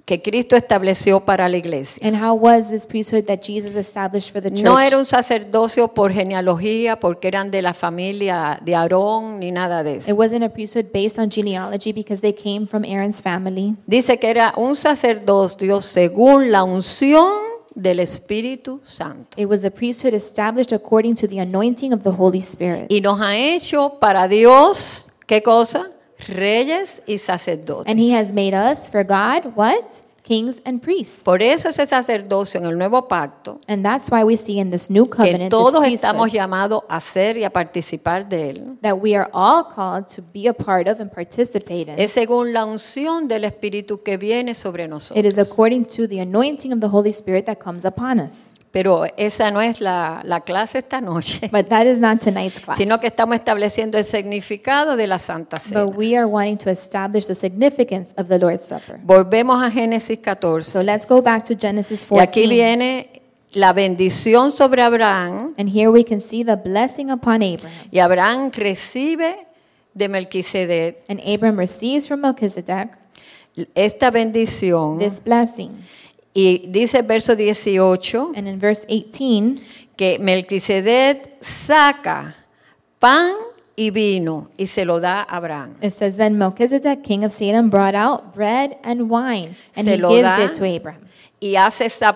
Speaker 1: que Cristo estableció para la iglesia?
Speaker 2: And how was this priesthood that Jesus established for the church?
Speaker 1: No era un sacerdocio por genealogía, porque eran de la familia de Aarón, ni nada de
Speaker 2: It
Speaker 1: eso.
Speaker 2: wasn't a priesthood based on genealogy because they came from Aaron's family.
Speaker 1: Dice que era un sacerdocio según la unción del Espíritu Santo.
Speaker 2: It was a priesthood established according to the anointing of the Holy Spirit.
Speaker 1: Y nos ha hecho para Dios, ¿qué cosa? Reyes y sacerdotes.
Speaker 2: And he has made us for God what? Kings and priests.
Speaker 1: Por eso ese sacerdocio en el nuevo pacto,
Speaker 2: And that's why we see in this new
Speaker 1: que
Speaker 2: covenant this
Speaker 1: todos
Speaker 2: priesthood
Speaker 1: estamos llamados a ser y a participar de él,
Speaker 2: that we are all called to be a part of and participate in.
Speaker 1: es según la unción del Espíritu que viene sobre nosotros.
Speaker 2: It is according to the anointing of the Holy Spirit that comes upon us.
Speaker 1: Pero esa no es la, la clase esta noche,
Speaker 2: But that is not tonight's class.
Speaker 1: sino que estamos estableciendo el significado de la Santa
Speaker 2: But
Speaker 1: Cena.
Speaker 2: we are wanting to establish the significance of the Lord's Supper.
Speaker 1: Volvemos a Génesis 14.
Speaker 2: So let's go back to Genesis
Speaker 1: Y aquí
Speaker 2: 14.
Speaker 1: viene la bendición sobre Abraham
Speaker 2: And here we can see the blessing upon Abraham.
Speaker 1: y Abraham recibe de Melquisedec
Speaker 2: And Abraham receives from Melchizedek
Speaker 1: esta bendición
Speaker 2: this blessing.
Speaker 1: y dice el verso 18
Speaker 2: And in verse 18,
Speaker 1: que Melquisedec saca pan y vino y se lo da a Abraham.
Speaker 2: it says, Then Melchizedek, king of Salem, brought out bread and wine, and
Speaker 1: Se
Speaker 2: he
Speaker 1: lo
Speaker 2: gives
Speaker 1: da.
Speaker 2: it to Abraham.
Speaker 1: Y hace esta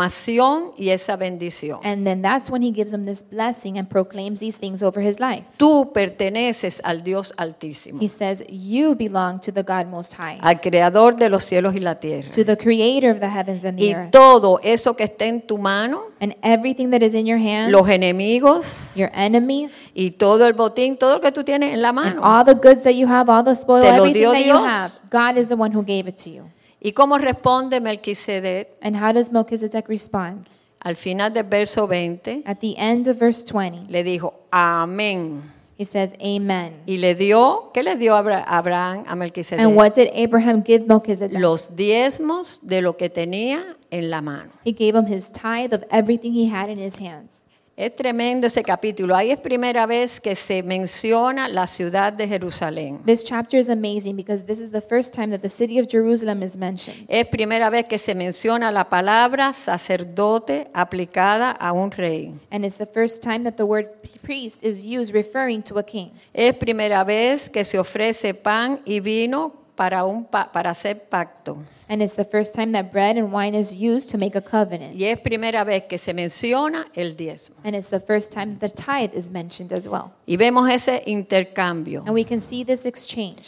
Speaker 1: proclamación y esa bendición.
Speaker 2: And then that's when he gives him this blessing and proclaims these things over his life.
Speaker 1: Tú perteneces al Dios Altísimo,
Speaker 2: He says, You belong to the God Most High,
Speaker 1: al Creador de los cielos y la tierra.
Speaker 2: to the creator of the heavens and the
Speaker 1: Y
Speaker 2: earth.
Speaker 1: todo eso que está en tu mano,
Speaker 2: And everything that is in your hands,
Speaker 1: los enemigos
Speaker 2: your enemies,
Speaker 1: y todo el botín, todo lo que tú tienes en la
Speaker 2: and
Speaker 1: mano.
Speaker 2: all the goods that you have, all the spoil,
Speaker 1: Ah. Te lo
Speaker 2: everything
Speaker 1: dio
Speaker 2: that you
Speaker 1: Dios.
Speaker 2: have, God is the one who gave it to you.
Speaker 1: ¿Y cómo responde Melquisedec
Speaker 2: And how does Melchizedek respond?
Speaker 1: al final del verso 20?
Speaker 2: At the end of verse 20,
Speaker 1: Le dijo, amén.
Speaker 2: he says, Amen.
Speaker 1: Y le dio, ¿qué le dio Abra- Abraham a
Speaker 2: And
Speaker 1: Melquisedec?
Speaker 2: what did Abraham give Melchizedek?
Speaker 1: Los diezmos de lo que tenía en la mano.
Speaker 2: He gave him his tithe of everything he had in his hands.
Speaker 1: Es tremendo ese capítulo. Ahí es primera vez que se menciona la ciudad de Jerusalén.
Speaker 2: This chapter is amazing because this is the first time that the city of Jerusalem is mentioned.
Speaker 1: Es primera vez que se menciona la palabra sacerdote aplicada a un rey.
Speaker 2: And it's the first time that the word p- priest is used referring to a king.
Speaker 1: Es primera vez que se ofrece pan y vino para, un pa- para hacer pacto.
Speaker 2: And it's the first time that bread and wine is used to make a covenant.
Speaker 1: Y es primera vez que se menciona el diezmo.
Speaker 2: And it's the first time that the tithe is mentioned as well.
Speaker 1: Y vemos ese intercambio.
Speaker 2: And we can see this exchange.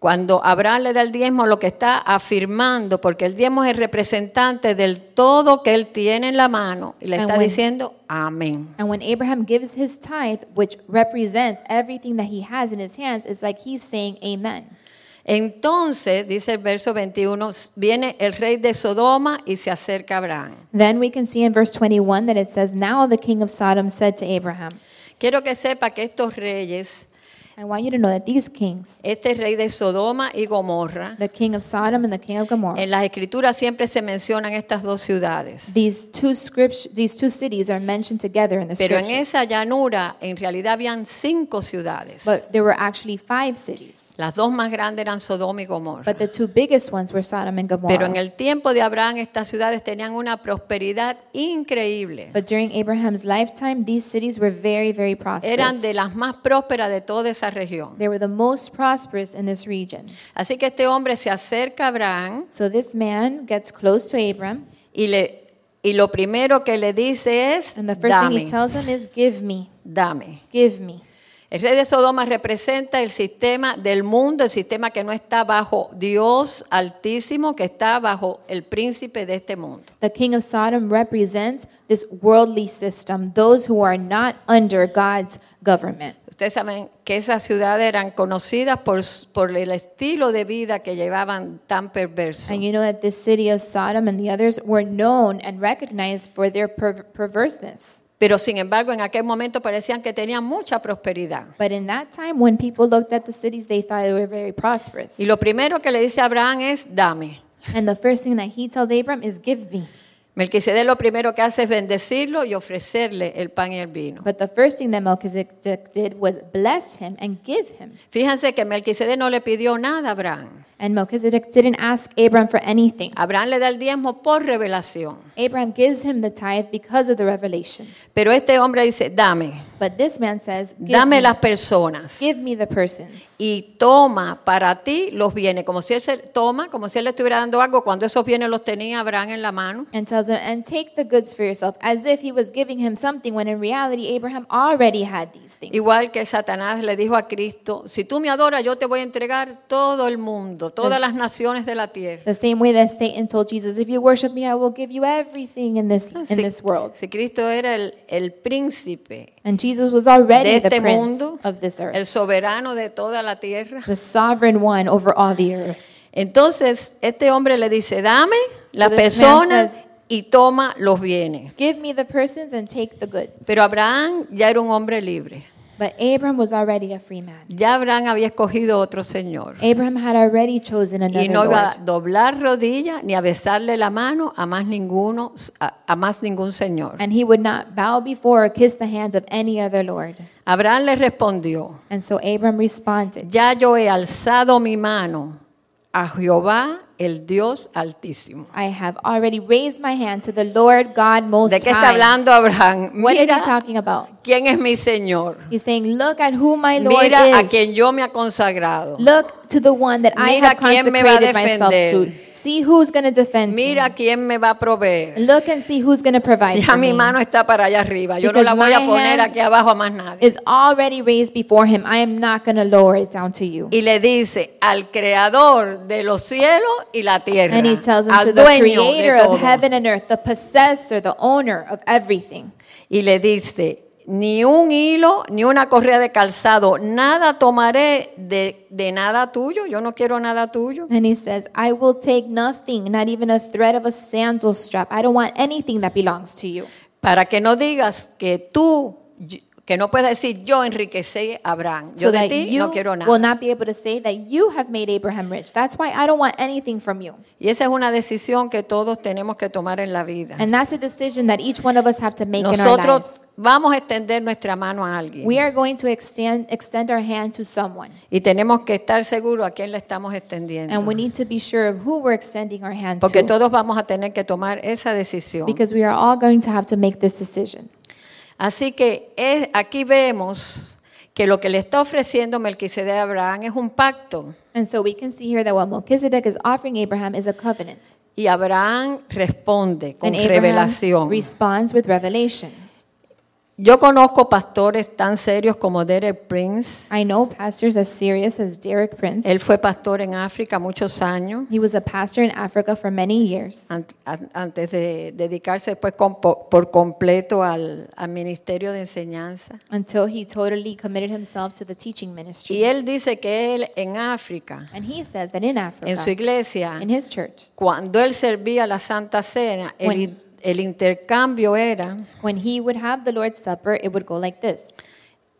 Speaker 1: Cuando Abraham le da el diezmo, lo que está afirmando, porque el diezmo es el representante del todo que él tiene en la mano, y le
Speaker 2: And
Speaker 1: está
Speaker 2: when-
Speaker 1: diciendo amén.
Speaker 2: And when Abraham gives his tithe, which represents everything that he has in his hands, it's like he's saying amen.
Speaker 1: Entonces, dice el verso 21, viene el rey de Sodoma y se acerca a Abraham.
Speaker 2: Then we can see in verse 21 that it says, Now the king of Sodom said to Abraham,
Speaker 1: Quiero que sepa que estos reyes,
Speaker 2: I want you to know that these kings,
Speaker 1: este rey de Sodoma y Gomorra,
Speaker 2: the king of Sodom and the king of Gomorrah,
Speaker 1: en las escrituras siempre se mencionan estas dos ciudades.
Speaker 2: these two scripture, these two cities are mentioned together in the
Speaker 1: Pero en
Speaker 2: scripture.
Speaker 1: esa llanura, en realidad habían cinco ciudades.
Speaker 2: But there were actually five cities.
Speaker 1: Las dos más grandes eran Sodoma y Gomorra.
Speaker 2: But the two biggest ones were Sodom and
Speaker 1: Pero en
Speaker 2: Gomorrah.
Speaker 1: el tiempo de Abraham estas ciudades tenían una prosperidad increíble.
Speaker 2: But during Abraham's lifetime, these cities were very, very
Speaker 1: Eran de
Speaker 2: prosperous.
Speaker 1: las más prósperas de toda esa región.
Speaker 2: They were the most prosperous in this region.
Speaker 1: Así que este hombre se acerca a Abraham
Speaker 2: So this man gets close to Abram,
Speaker 1: y, le, y lo primero que le dice es,
Speaker 2: and the first thing
Speaker 1: dame,
Speaker 2: he tells him is, Give me,
Speaker 1: dame.
Speaker 2: give me.
Speaker 1: El rey de Sodoma representa el sistema del mundo, el sistema que no está bajo Dios altísimo, que está bajo el príncipe de este mundo.
Speaker 2: The king of Sodom represents this worldly system, those who are not under God's government.
Speaker 1: Ustedes saben que esas ciudades eran conocidas por, s- por el estilo de vida que llevaban tan perverso.
Speaker 2: And you know that this city of Sodom and the others were known and recognized for their per- perverseness.
Speaker 1: Pero sin embargo, en aquel momento parecían que tenían mucha prosperidad.
Speaker 2: But in that time, when people looked at the cities, they thought they were very prosperous.
Speaker 1: Y lo primero que le dice a Abraham es, dame.
Speaker 2: And the first thing that he tells Abram is, Give me.
Speaker 1: Melquisedec lo primero que hace es bendecirlo y ofrecerle el pan y el vino.
Speaker 2: But the first thing that Melchizedek did was bless him and give him.
Speaker 1: Fíjense que Melquisedec no le pidió nada a Abraham.
Speaker 2: And Melchizedek didn't ask Abram for anything.
Speaker 1: Abraham le da el diezmo por revelación.
Speaker 2: Abram gives him the tithe because of the revelation.
Speaker 1: Pero este hombre dice, dame,
Speaker 2: But this man says, Give,
Speaker 1: dame
Speaker 2: me,
Speaker 1: las personas.
Speaker 2: give me the persons.
Speaker 1: Y toma para ti los bienes, como si él se, toma, como si él le estuviera dando algo cuando esos bienes los tenía Abraham en la mano.
Speaker 2: And tells him, And take the goods for yourself, as if he was giving him something, when in reality, Abraham already had these things.
Speaker 1: Igual que Satanás le dijo a Cristo, si tú me adoras, yo te voy a entregar todo el mundo, todas las naciones de la tierra.
Speaker 2: The same way that Satan told Jesus, If you worship me, I will give you everything in this, in
Speaker 1: Si-
Speaker 2: this world.
Speaker 1: si Cristo era el, el príncipe
Speaker 2: And Jesus was already
Speaker 1: de
Speaker 2: the
Speaker 1: este
Speaker 2: prince
Speaker 1: mundo,
Speaker 2: of this earth,
Speaker 1: el soberano de toda la tierra.
Speaker 2: the sovereign one over all the earth.
Speaker 1: Entonces, este hombre le dice, dame las
Speaker 2: this man
Speaker 1: personas
Speaker 2: says-
Speaker 1: y toma los bienes.
Speaker 2: Give me the persons and take the goods.
Speaker 1: Pero Abraham ya era un hombre libre.
Speaker 2: But Abram was already a free man.
Speaker 1: Ya Abraham había escogido otro señor.
Speaker 2: Abraham had already chosen another
Speaker 1: Y no iba a
Speaker 2: Lord.
Speaker 1: doblar rodilla ni a besarle la mano a más ninguno, a, a más ningún señor.
Speaker 2: And he would not bow before or kiss the hands of any other Lord.
Speaker 1: Abraham le respondió,
Speaker 2: And so Abram responded,
Speaker 1: ya yo he alzado mi mano a Jehová, el Dios Altísimo.
Speaker 2: I have already raised my hand to the Lord God Most
Speaker 1: ¿De qué está
Speaker 2: High.
Speaker 1: hablando Abraham?
Speaker 2: What is he
Speaker 1: Mira
Speaker 2: talking about?
Speaker 1: quién es mi Señor.
Speaker 2: He's saying, Look at who my Lord
Speaker 1: Mira a
Speaker 2: is.
Speaker 1: quien yo me ha consagrado.
Speaker 2: Look to the one that I
Speaker 1: Mira
Speaker 2: have
Speaker 1: quién me va a
Speaker 2: consecrated myself to.
Speaker 1: defender.
Speaker 2: See who's going to defend me.
Speaker 1: Mira quién me va a proveer.
Speaker 2: Look and see who's going to provide
Speaker 1: Ya
Speaker 2: for
Speaker 1: mi
Speaker 2: me.
Speaker 1: mano está para allá arriba. Yo no la
Speaker 2: Because
Speaker 1: voy a
Speaker 2: my
Speaker 1: poner
Speaker 2: hands
Speaker 1: aquí abajo a más nadie.
Speaker 2: Is already raised before him. I am not going to lower it down to you.
Speaker 1: Y le dice al creador de los cielos y la tierra,
Speaker 2: And he tells him to
Speaker 1: al
Speaker 2: the
Speaker 1: dueño
Speaker 2: creator
Speaker 1: de
Speaker 2: of
Speaker 1: todo.
Speaker 2: heaven and earth, the possessor, the owner of everything.
Speaker 1: Y le dice, ni un hilo, ni una correa de calzado, nada tomaré de, de nada tuyo, yo no quiero nada tuyo.
Speaker 2: And he says, I will take nothing, not even a thread of a sandal strap. I don't want anything that belongs to you.
Speaker 1: Para que no digas que tú, que no puedes decir, yo enriquecí a Abraham, yo
Speaker 2: So
Speaker 1: de
Speaker 2: that
Speaker 1: ti
Speaker 2: you
Speaker 1: no quiero nada.
Speaker 2: will not be able to say that you have made Abraham rich. That's why I don't want anything from you.
Speaker 1: Y esa es una decisión que todos tenemos que tomar en la vida.
Speaker 2: And that's a decision that each one of us have to make in our lives.
Speaker 1: Nosotros vamos a extender nuestra mano a alguien.
Speaker 2: We are going to extend, extend our hand to someone.
Speaker 1: Y tenemos que estar seguros a quién le estamos extendiendo.
Speaker 2: And we need to be sure of who we're extending our hand
Speaker 1: Porque
Speaker 2: to.
Speaker 1: todos vamos a tener que tomar esa decisión.
Speaker 2: Because we are all going to have to make this decision.
Speaker 1: Así que es- aquí vemos que lo que le está ofreciendo Melquisedec a Abraham es un pacto.
Speaker 2: And so we can see here that what Melchizedek is offering Abraham is a covenant.
Speaker 1: Y Abraham responde con
Speaker 2: And Abraham
Speaker 1: revelación.
Speaker 2: responds with revelation.
Speaker 1: Yo conozco pastores tan serios como Derek Prince.
Speaker 2: I know pastors as serious as Derek Prince.
Speaker 1: Él fue pastor en África muchos años
Speaker 2: He was a pastor in Africa for many years
Speaker 1: an- an- antes de dedicarse después con- por por completo al- al ministerio de enseñanza.
Speaker 2: until he totally committed himself to the teaching
Speaker 1: Y
Speaker 2: ministry.
Speaker 1: él dice que él en África,
Speaker 2: And he says that in
Speaker 1: en su
Speaker 2: Africa,
Speaker 1: iglesia,
Speaker 2: in his church,
Speaker 1: cuando él servía la Santa Cena, el,
Speaker 2: Bueno.
Speaker 1: in- el intercambio era,
Speaker 2: when he would have the Lord's Supper, it would go like this.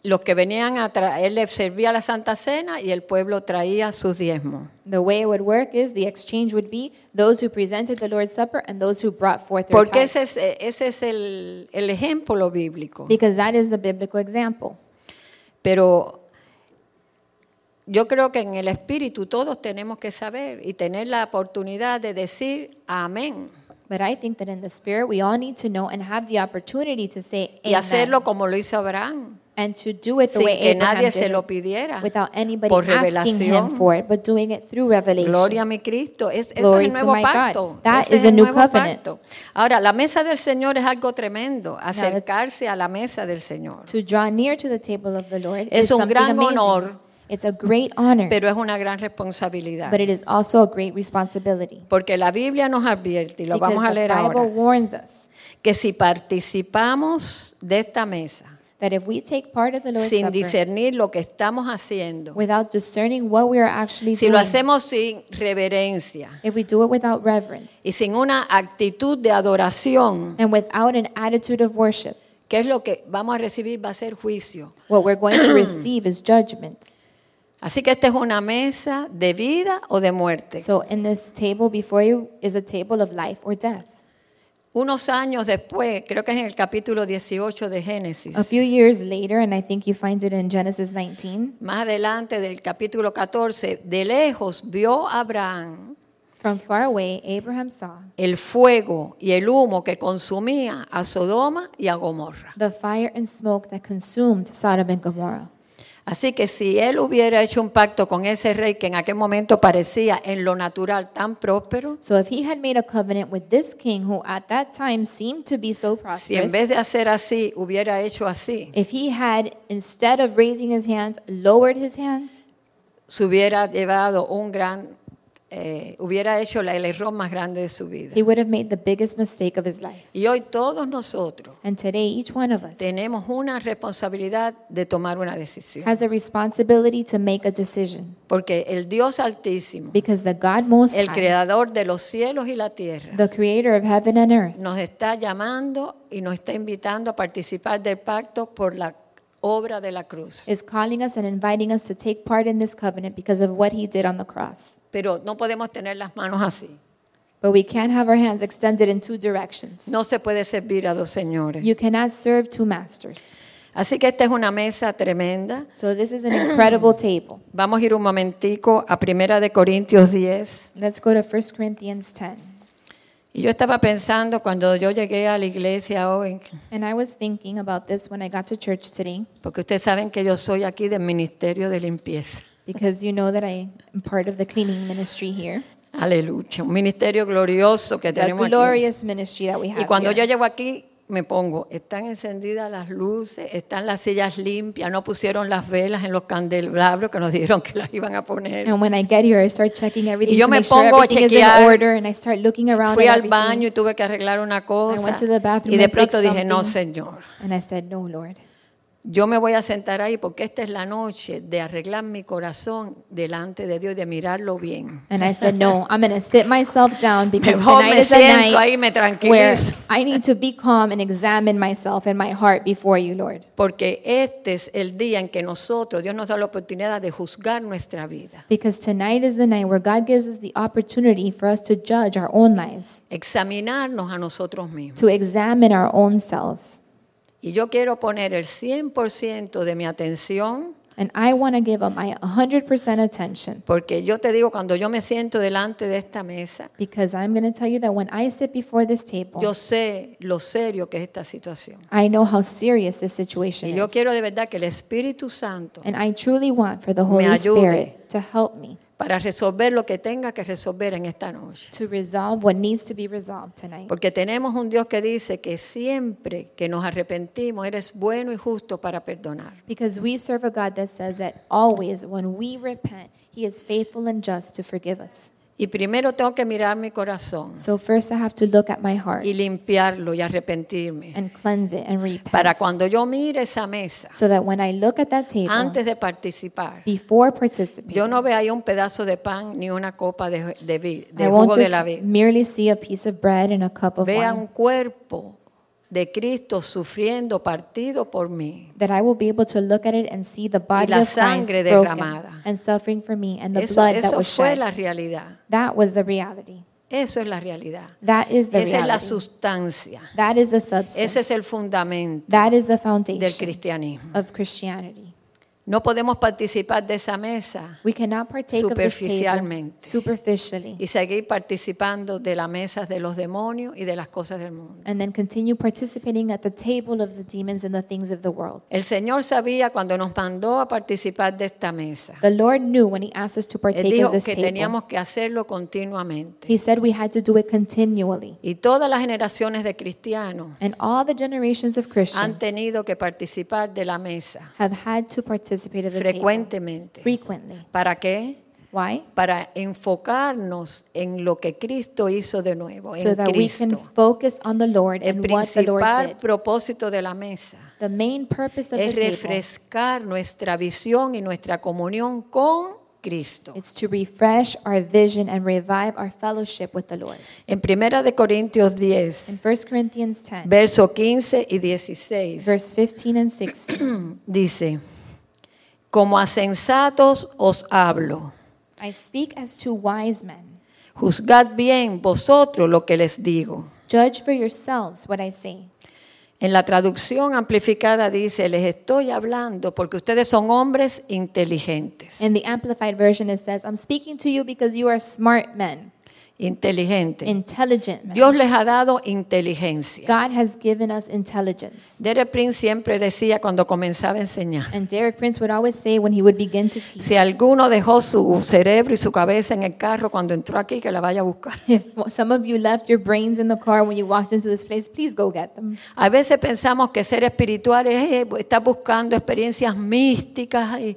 Speaker 1: los que venían a traer, él le servía la Santa Cena y el pueblo traía sus diezmos.
Speaker 2: The way it would work is the exchange would be those who presented the Lord's Supper and those who brought forth their
Speaker 1: Porque
Speaker 2: tithes.
Speaker 1: ese es, ese es el, el ejemplo bíblico.
Speaker 2: Because that is the biblical example.
Speaker 1: Pero yo creo que en el espíritu todos tenemos que saber y tener la oportunidad de decir amén
Speaker 2: But I think that in the spirit, we all need to know and have the opportunity to say
Speaker 1: y hacerlo
Speaker 2: amen
Speaker 1: como lo hizo Abraham.
Speaker 2: and to do it the
Speaker 1: sin
Speaker 2: way
Speaker 1: que
Speaker 2: Abraham
Speaker 1: nadie
Speaker 2: did
Speaker 1: se
Speaker 2: it,
Speaker 1: lo pidiera
Speaker 2: without anybody
Speaker 1: por
Speaker 2: asking him
Speaker 1: revelación.
Speaker 2: for it, but doing it through revelation.
Speaker 1: Gloria a mi Cristo. Es, eso es
Speaker 2: Glory
Speaker 1: el
Speaker 2: to
Speaker 1: nuevo
Speaker 2: my God.
Speaker 1: pacto.
Speaker 2: That
Speaker 1: Ese
Speaker 2: is
Speaker 1: es
Speaker 2: the
Speaker 1: el
Speaker 2: new
Speaker 1: nuevo
Speaker 2: covenant.
Speaker 1: pacto. Ahora, la mesa del Señor es algo tremendo. Acercarse a la mesa del Señor.
Speaker 2: To draw near to the table of the Lord
Speaker 1: Es
Speaker 2: is
Speaker 1: un
Speaker 2: something
Speaker 1: gran
Speaker 2: amazing.
Speaker 1: honor.
Speaker 2: It's a great honor,
Speaker 1: Pero es una gran responsabilidad.
Speaker 2: but it is also a great responsibility.
Speaker 1: Porque la Biblia nos advierte, y lo
Speaker 2: because
Speaker 1: vamos a leer
Speaker 2: the Bible
Speaker 1: ahora,
Speaker 2: warns us
Speaker 1: que si participamos de esta mesa
Speaker 2: that if we take part of the Lord's
Speaker 1: sin
Speaker 2: Supper
Speaker 1: discernir lo que estamos haciendo,
Speaker 2: without discerning what we are actually
Speaker 1: si
Speaker 2: doing,
Speaker 1: lo hacemos sin reverencia
Speaker 2: if we do it without reverence
Speaker 1: y sin una actitud de adoración,
Speaker 2: and without an attitude of worship,
Speaker 1: ¿qué es lo que vamos a recibir? Va a ser juicio.
Speaker 2: what we're going to receive is judgment.
Speaker 1: Así que esta es una mesa de vida o de muerte.
Speaker 2: So in this table before you is a table of life or death.
Speaker 1: Unos años después, creo que es en el capítulo 18 de Génesis,
Speaker 2: A few years later, and I think you find it in Genesis 19,
Speaker 1: más adelante del capítulo 14, de lejos vio Abraham
Speaker 2: from far away, Abraham saw
Speaker 1: el fuego y el humo que consumía a Sodoma y a Gomorra.
Speaker 2: the fire and smoke that consumed Sodom and Gomorrah.
Speaker 1: Así que si él hubiera hecho un pacto con ese rey que en aquel momento parecía en lo natural tan próspero,
Speaker 2: So if he had made a covenant with this king who at that time seemed to be so
Speaker 1: si en
Speaker 2: prosperous,
Speaker 1: vez de hacer así hubiera hecho así,
Speaker 2: if he had instead of raising his hand, lowered his hand,
Speaker 1: se hubiera llevado un gran, eh, hubiera hecho la- el error más grande de su vida.
Speaker 2: he would have made the biggest mistake of his life.
Speaker 1: Y hoy todos nosotros
Speaker 2: And today each one of us
Speaker 1: tenemos una responsabilidad de tomar una decisión.
Speaker 2: has a responsibility to make a decision
Speaker 1: Porque el Dios Altísimo,
Speaker 2: because the God most
Speaker 1: el
Speaker 2: high
Speaker 1: creador de los cielos y la tierra,
Speaker 2: the creator of heaven and earth
Speaker 1: nos está llamando y nos está invitando a participar del pacto por la obra de la cruz.
Speaker 2: is calling us and inviting us to take part in this covenant because of what he did on the cross.
Speaker 1: Pero no podemos tener las manos así.
Speaker 2: But we can't have our hands extended in two directions.
Speaker 1: No se puede servir a dos señores.
Speaker 2: You cannot serve two masters.
Speaker 1: Así que esta es una mesa tremenda.
Speaker 2: So this is an incredible table.
Speaker 1: Vamos a ir un momentico a Primera de Corintios 10.
Speaker 2: Let's go to 1 Corinthians 10.
Speaker 1: Y yo estaba pensando cuando yo llegué a la iglesia hoy,
Speaker 2: And I was thinking about this when I got to church today
Speaker 1: porque ustedes saben que yo soy aquí del Ministerio de Limpieza.
Speaker 2: because you know that I am part of the cleaning ministry here.
Speaker 1: Aleluya, un ministerio glorioso que
Speaker 2: It's a
Speaker 1: tenemos aquí.
Speaker 2: glorious ministry that we
Speaker 1: Y
Speaker 2: have.
Speaker 1: cuando yo
Speaker 2: here.
Speaker 1: llego aquí, me pongo, están encendidas las luces, están las sillas limpias, no pusieron las velas en los candelabros que nos dijeron que las iban a poner.
Speaker 2: And when I get here, I start checking everything
Speaker 1: yo
Speaker 2: to
Speaker 1: me
Speaker 2: make sure
Speaker 1: pongo a
Speaker 2: everything is in
Speaker 1: chequear.
Speaker 2: order, and I start looking around
Speaker 1: Fui
Speaker 2: at
Speaker 1: al
Speaker 2: everything.
Speaker 1: baño y tuve que arreglar una
Speaker 2: I
Speaker 1: cosa.
Speaker 2: went to the bathroom
Speaker 1: Y de
Speaker 2: and fixed
Speaker 1: pronto dije, no,
Speaker 2: something."
Speaker 1: Señor,
Speaker 2: And I said, No, Lord.
Speaker 1: yo me voy a sentar ahí porque esta es la noche de arreglar mi corazón delante de Dios y de mirarlo bien.
Speaker 2: And I said, No, I'm going to sit myself down because
Speaker 1: Mejor me
Speaker 2: tonight is a
Speaker 1: siento
Speaker 2: night
Speaker 1: ahí, me
Speaker 2: where
Speaker 1: tranquilizo.
Speaker 2: I need to be calm and examine myself and my heart before you, Lord.
Speaker 1: Porque este es el día en que nosotros, Dios nos da la oportunidad de juzgar nuestra vida,
Speaker 2: Because tonight is the night where God gives us the opportunity for us to judge our own lives,
Speaker 1: examinarnos a nosotros mismos.
Speaker 2: to examine our own selves.
Speaker 1: Y yo quiero poner el 100% de mi atención,
Speaker 2: And I want to give up my 100% attention
Speaker 1: porque yo te digo, cuando yo me siento delante de esta mesa,
Speaker 2: because I'm going to tell you that when I sit before this table,
Speaker 1: yo sé lo serio que es esta situación.
Speaker 2: I know how serious this situation
Speaker 1: Y yo
Speaker 2: is.
Speaker 1: quiero de verdad que el Espíritu Santo,
Speaker 2: And I truly want for the Holy
Speaker 1: ayude.
Speaker 2: Spirit to help me
Speaker 1: para resolver lo que tenga que resolver en esta noche.
Speaker 2: to resolve what needs to be resolved tonight.
Speaker 1: Porque tenemos un Dios que dice que siempre que nos arrepentimos, eres bueno y justo para perdonar.
Speaker 2: Because we serve a God that says that always when we repent, He is faithful and just to forgive us.
Speaker 1: Y primero tengo que mirar mi corazón
Speaker 2: So first, I have to look at my heart
Speaker 1: y limpiarlo y arrepentirme.
Speaker 2: and cleanse it and
Speaker 1: Para
Speaker 2: repent.
Speaker 1: cuando yo mire esa mesa,
Speaker 2: So that when I look at that table,
Speaker 1: antes de participar,
Speaker 2: before
Speaker 1: Yo
Speaker 2: participating,
Speaker 1: no veo ahí un pedazo de pan ni una copa de, de, vi- de
Speaker 2: I won't
Speaker 1: jugo de
Speaker 2: just
Speaker 1: la vida.
Speaker 2: merely see a piece of bread and a cup of
Speaker 1: Vea un
Speaker 2: wine.
Speaker 1: cuerpo de Cristo sufriendo, partido por mí.
Speaker 2: That I will be able to look at it and see the body
Speaker 1: la
Speaker 2: of Christ
Speaker 1: sangre
Speaker 2: broken
Speaker 1: derramada.
Speaker 2: and suffering for me and the
Speaker 1: Eso,
Speaker 2: blood that
Speaker 1: eso
Speaker 2: was
Speaker 1: fue
Speaker 2: shed.
Speaker 1: la realidad.
Speaker 2: That was the reality.
Speaker 1: Eso es la realidad.
Speaker 2: That is the
Speaker 1: Esa es la
Speaker 2: reality.
Speaker 1: sustancia.
Speaker 2: that is the substance.
Speaker 1: Ese es el fundamento
Speaker 2: that is the
Speaker 1: del
Speaker 2: foundation
Speaker 1: cristianismo.
Speaker 2: of Christianity.
Speaker 1: No podemos participar de esa mesa
Speaker 2: We cannot partake of this table
Speaker 1: Superficialmente.
Speaker 2: superficially
Speaker 1: y seguir participando de las mesas de los demonios y de las cosas del mundo.
Speaker 2: and then continue participating at the table of the demons and the things of the world.
Speaker 1: El Señor sabía cuando nos mandó a participar de esta mesa.
Speaker 2: The Lord knew when He asked us to
Speaker 1: Él
Speaker 2: partake
Speaker 1: dijo
Speaker 2: of this
Speaker 1: que
Speaker 2: table.
Speaker 1: teníamos que hacerlo continuamente.
Speaker 2: He said we had to do it continually.
Speaker 1: Y todas las generaciones de cristianos
Speaker 2: And all the generations of
Speaker 1: han
Speaker 2: Christians
Speaker 1: tenido que participar de la mesa
Speaker 2: have had to participate of the table
Speaker 1: frecuentemente.
Speaker 2: frequently.
Speaker 1: ¿Para qué?
Speaker 2: Why?
Speaker 1: Para enfocarnos en lo que Cristo hizo de nuevo,
Speaker 2: So
Speaker 1: Oh, en
Speaker 2: that we can
Speaker 1: Cristo.
Speaker 2: focus on the Lord
Speaker 1: El
Speaker 2: and what the Lord
Speaker 1: principal
Speaker 2: did.
Speaker 1: propósito de la mesa
Speaker 2: The main purpose of the
Speaker 1: es
Speaker 2: table
Speaker 1: refrescar nuestra visión y nuestra comunión con Cristo.
Speaker 2: It's to refresh our vision and revive our fellowship with the Lord.
Speaker 1: En Primera de Corintios 10,
Speaker 2: In 1 Corinthians 10,
Speaker 1: verso 15 y 16.
Speaker 2: verse 15 and 16,
Speaker 1: dice, como a sensatos os hablo,
Speaker 2: I speak as to wise men.
Speaker 1: juzgad bien vosotros lo que les digo.
Speaker 2: Judge for yourselves what I say.
Speaker 1: En la traducción amplificada dice, les estoy hablando porque ustedes son hombres inteligentes.
Speaker 2: In the Amplified Version, it says, I'm speaking to you because you are smart men,
Speaker 1: Inteligentes.
Speaker 2: intelligent men.
Speaker 1: Dios les ha dado inteligencia.
Speaker 2: God has given us intelligence.
Speaker 1: Derek Prince siempre decía cuando comenzaba a enseñar,
Speaker 2: And Derek Prince would always say when he would begin to teach,
Speaker 1: si alguno dejó su cerebro y su cabeza en el carro cuando entró aquí, que la vaya a buscar.
Speaker 2: if some of you left your brains in the car when you walked into this place, please go get them.
Speaker 1: A veces pensamos que ser espiritual es eh, estar buscando experiencias místicas y,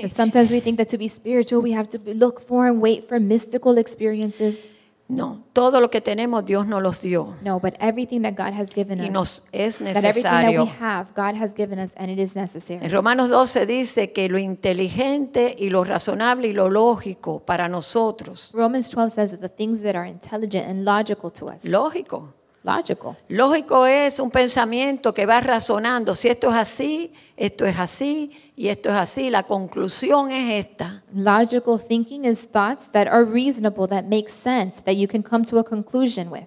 Speaker 2: And Sometimes we think that to be spiritual, we have to be- look for and wait for mystical experiences.
Speaker 1: no, todo lo que tenemos Dios nos los dio
Speaker 2: No, but everything that God has given
Speaker 1: y
Speaker 2: us,
Speaker 1: nos es
Speaker 2: that everything that we
Speaker 1: necesario.
Speaker 2: have, God has given us, and it is necessary.
Speaker 1: En Romanos 12 dice que lo inteligente y lo razonable y lo lógico para nosotros,
Speaker 2: Romans 12 says that the things that are intelligent and logical to us,
Speaker 1: lógico,
Speaker 2: logical.
Speaker 1: Lógico es un pensamiento que va razonando, si esto es así, esto es así y esto es así, la conclusión es esta.
Speaker 2: Logical thinking is thoughts that are reasonable, that make sense, that you can come to a conclusion with.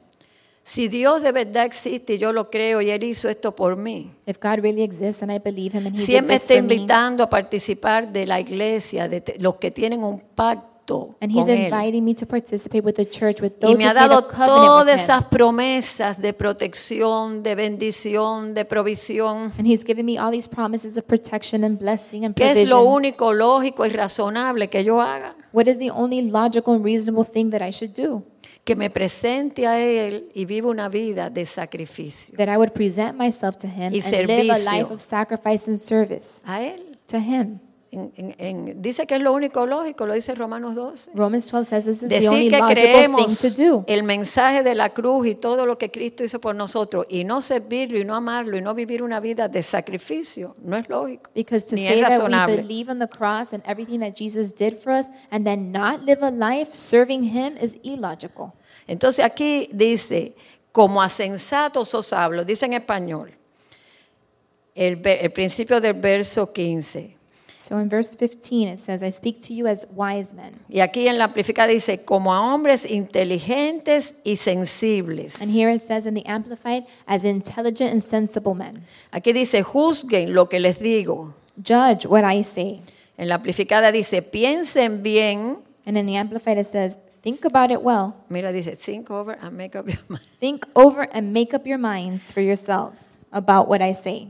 Speaker 1: Si Dios de verdad existe y yo lo creo y Él hizo esto por mí,
Speaker 2: If God really exists and I believe Him and He
Speaker 1: si Él
Speaker 2: did
Speaker 1: me
Speaker 2: this
Speaker 1: está
Speaker 2: for me,
Speaker 1: invitando a participar de la iglesia, de te- los que tienen un pacto
Speaker 2: and He's
Speaker 1: con Él,
Speaker 2: inviting me to participate with the church, with
Speaker 1: y
Speaker 2: those
Speaker 1: me
Speaker 2: who
Speaker 1: ha
Speaker 2: made a
Speaker 1: dado
Speaker 2: covenant with
Speaker 1: todas
Speaker 2: Him,
Speaker 1: esas promesas de protección, de bendición, de provisión,
Speaker 2: and He's given me all these promises of protection and blessing and
Speaker 1: ¿qué
Speaker 2: provision,
Speaker 1: es lo único lógico y razonable que yo haga?
Speaker 2: what is the only logical and reasonable thing that I should do?
Speaker 1: que me presente a Él y viva una vida de sacrificio.
Speaker 2: That I would present myself to Him
Speaker 1: Y
Speaker 2: and live a
Speaker 1: servicio.
Speaker 2: life of sacrifice and service
Speaker 1: A Él.
Speaker 2: to Him.
Speaker 1: En- en- en- dice que es lo único lógico, lo dice Romanos 12.
Speaker 2: Romans 12 says this is the
Speaker 1: Decir
Speaker 2: only
Speaker 1: que
Speaker 2: logical thing to
Speaker 1: creemos
Speaker 2: do.
Speaker 1: el mensaje de la cruz y todo lo que Cristo hizo por nosotros y no servirlo y no amarlo y no vivir una vida de sacrificio no es lógico
Speaker 2: Because to
Speaker 1: ni
Speaker 2: say
Speaker 1: es
Speaker 2: that we
Speaker 1: razonable.
Speaker 2: believe in the cross and everything that Jesus did for us and then not live a life serving Him is illogical.
Speaker 1: Entonces aquí dice, como a sensatos os hablo, dice en español, el ve- el principio del verso 15.
Speaker 2: So in verse 15 it says, I speak to you as wise men.
Speaker 1: Y aquí en la amplificada dice, como a hombres inteligentes y sensibles.
Speaker 2: And here it says in the Amplified, as intelligent and sensible men.
Speaker 1: Aquí dice, juzguen lo que les digo.
Speaker 2: Judge what I say.
Speaker 1: En la amplificada dice, piensen bien.
Speaker 2: And in the Amplified it says, think about it well.
Speaker 1: Mira, dice, think over and make up your mind.
Speaker 2: Think over and make up your minds for yourselves about what I say.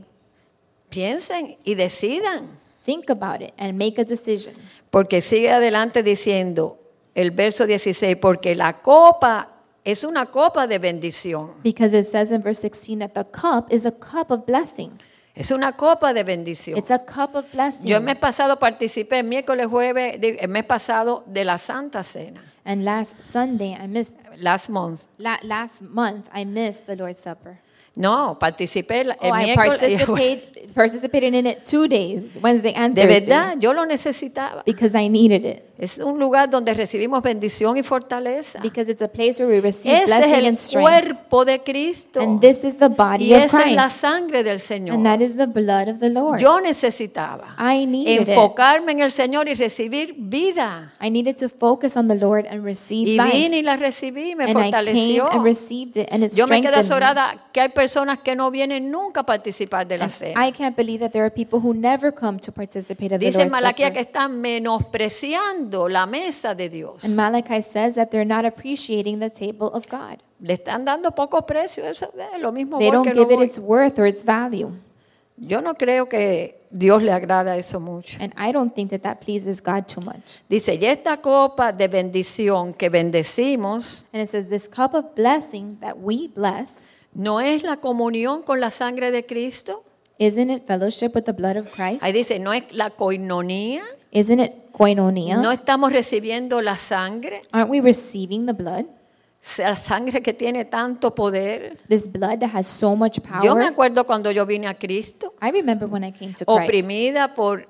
Speaker 1: Piensen y decidan.
Speaker 2: Think about it and make a decision.
Speaker 1: Porque sigue adelante diciendo el verso 16, porque la copa es una copa de bendición.
Speaker 2: Because it says in verse 16 that the cup is a cup of blessing.
Speaker 1: Es una copa de bendición.
Speaker 2: It's a cup of blessing.
Speaker 1: Yo el mes pasado participé, miércoles, jueves, di- el mes pasado de la Santa Cena,
Speaker 2: And last Sunday, I missed,
Speaker 1: last month.
Speaker 2: la, last month, I missed the Lord's Supper.
Speaker 1: No, participé la- el
Speaker 2: Oh, I
Speaker 1: miércoles. y el jueves.
Speaker 2: participated, participated in it two days, Wednesday and
Speaker 1: De
Speaker 2: Thursday,
Speaker 1: verdad, yo lo necesitaba.
Speaker 2: because I needed it.
Speaker 1: Es un lugar donde recibimos bendición y fortaleza.
Speaker 2: Because it's a place where we receive blessing
Speaker 1: Ese
Speaker 2: and
Speaker 1: es el
Speaker 2: strength.
Speaker 1: cuerpo de Cristo.
Speaker 2: And this is the body
Speaker 1: Y
Speaker 2: of
Speaker 1: esa es la
Speaker 2: Christ.
Speaker 1: sangre del
Speaker 2: And that
Speaker 1: Señor.
Speaker 2: is the blood of the Lord.
Speaker 1: Yo necesitaba
Speaker 2: I needed it.
Speaker 1: enfocarme en el Señor y recibir vida.
Speaker 2: I needed to focus on the Lord and
Speaker 1: Y
Speaker 2: receive
Speaker 1: vine y
Speaker 2: life.
Speaker 1: la recibí, me
Speaker 2: And I came
Speaker 1: fortaleció.
Speaker 2: and received it, and it
Speaker 1: Yo me
Speaker 2: strengthened
Speaker 1: quedé
Speaker 2: me.
Speaker 1: azorada que hay personas que no vienen nunca a participar de la cena.
Speaker 2: I can't believe that there are people who never come to participate of the
Speaker 1: Dice
Speaker 2: Lord's
Speaker 1: Malaquía que
Speaker 2: Supper.
Speaker 1: están menospreciando la mesa de Dios.
Speaker 2: And Malachi says that they're not appreciating the table of God.
Speaker 1: Le están dando poco precio, eso es lo mismo
Speaker 2: They
Speaker 1: voy
Speaker 2: don't
Speaker 1: que no
Speaker 2: give it
Speaker 1: voy.
Speaker 2: its worth or its value.
Speaker 1: Yo no creo que Dios le agrada eso mucho.
Speaker 2: And I don't think that that pleases God too much.
Speaker 1: Dice, y esta copa de bendición que bendecimos
Speaker 2: And it says, This cup of blessing that we bless,
Speaker 1: no es la comunión con la sangre de Cristo.
Speaker 2: isn't it fellowship with the blood of Christ?
Speaker 1: Ahí dice, no es la coinonía,
Speaker 2: Isn't it koinonia?
Speaker 1: no estamos recibiendo la sangre,
Speaker 2: Aren't we receiving the blood?
Speaker 1: la sangre que tiene tanto poder.
Speaker 2: This blood that has so much
Speaker 1: Yo me
Speaker 2: power.
Speaker 1: acuerdo cuando yo vine a Cristo,
Speaker 2: I remember when I came to Christ,
Speaker 1: oprimida por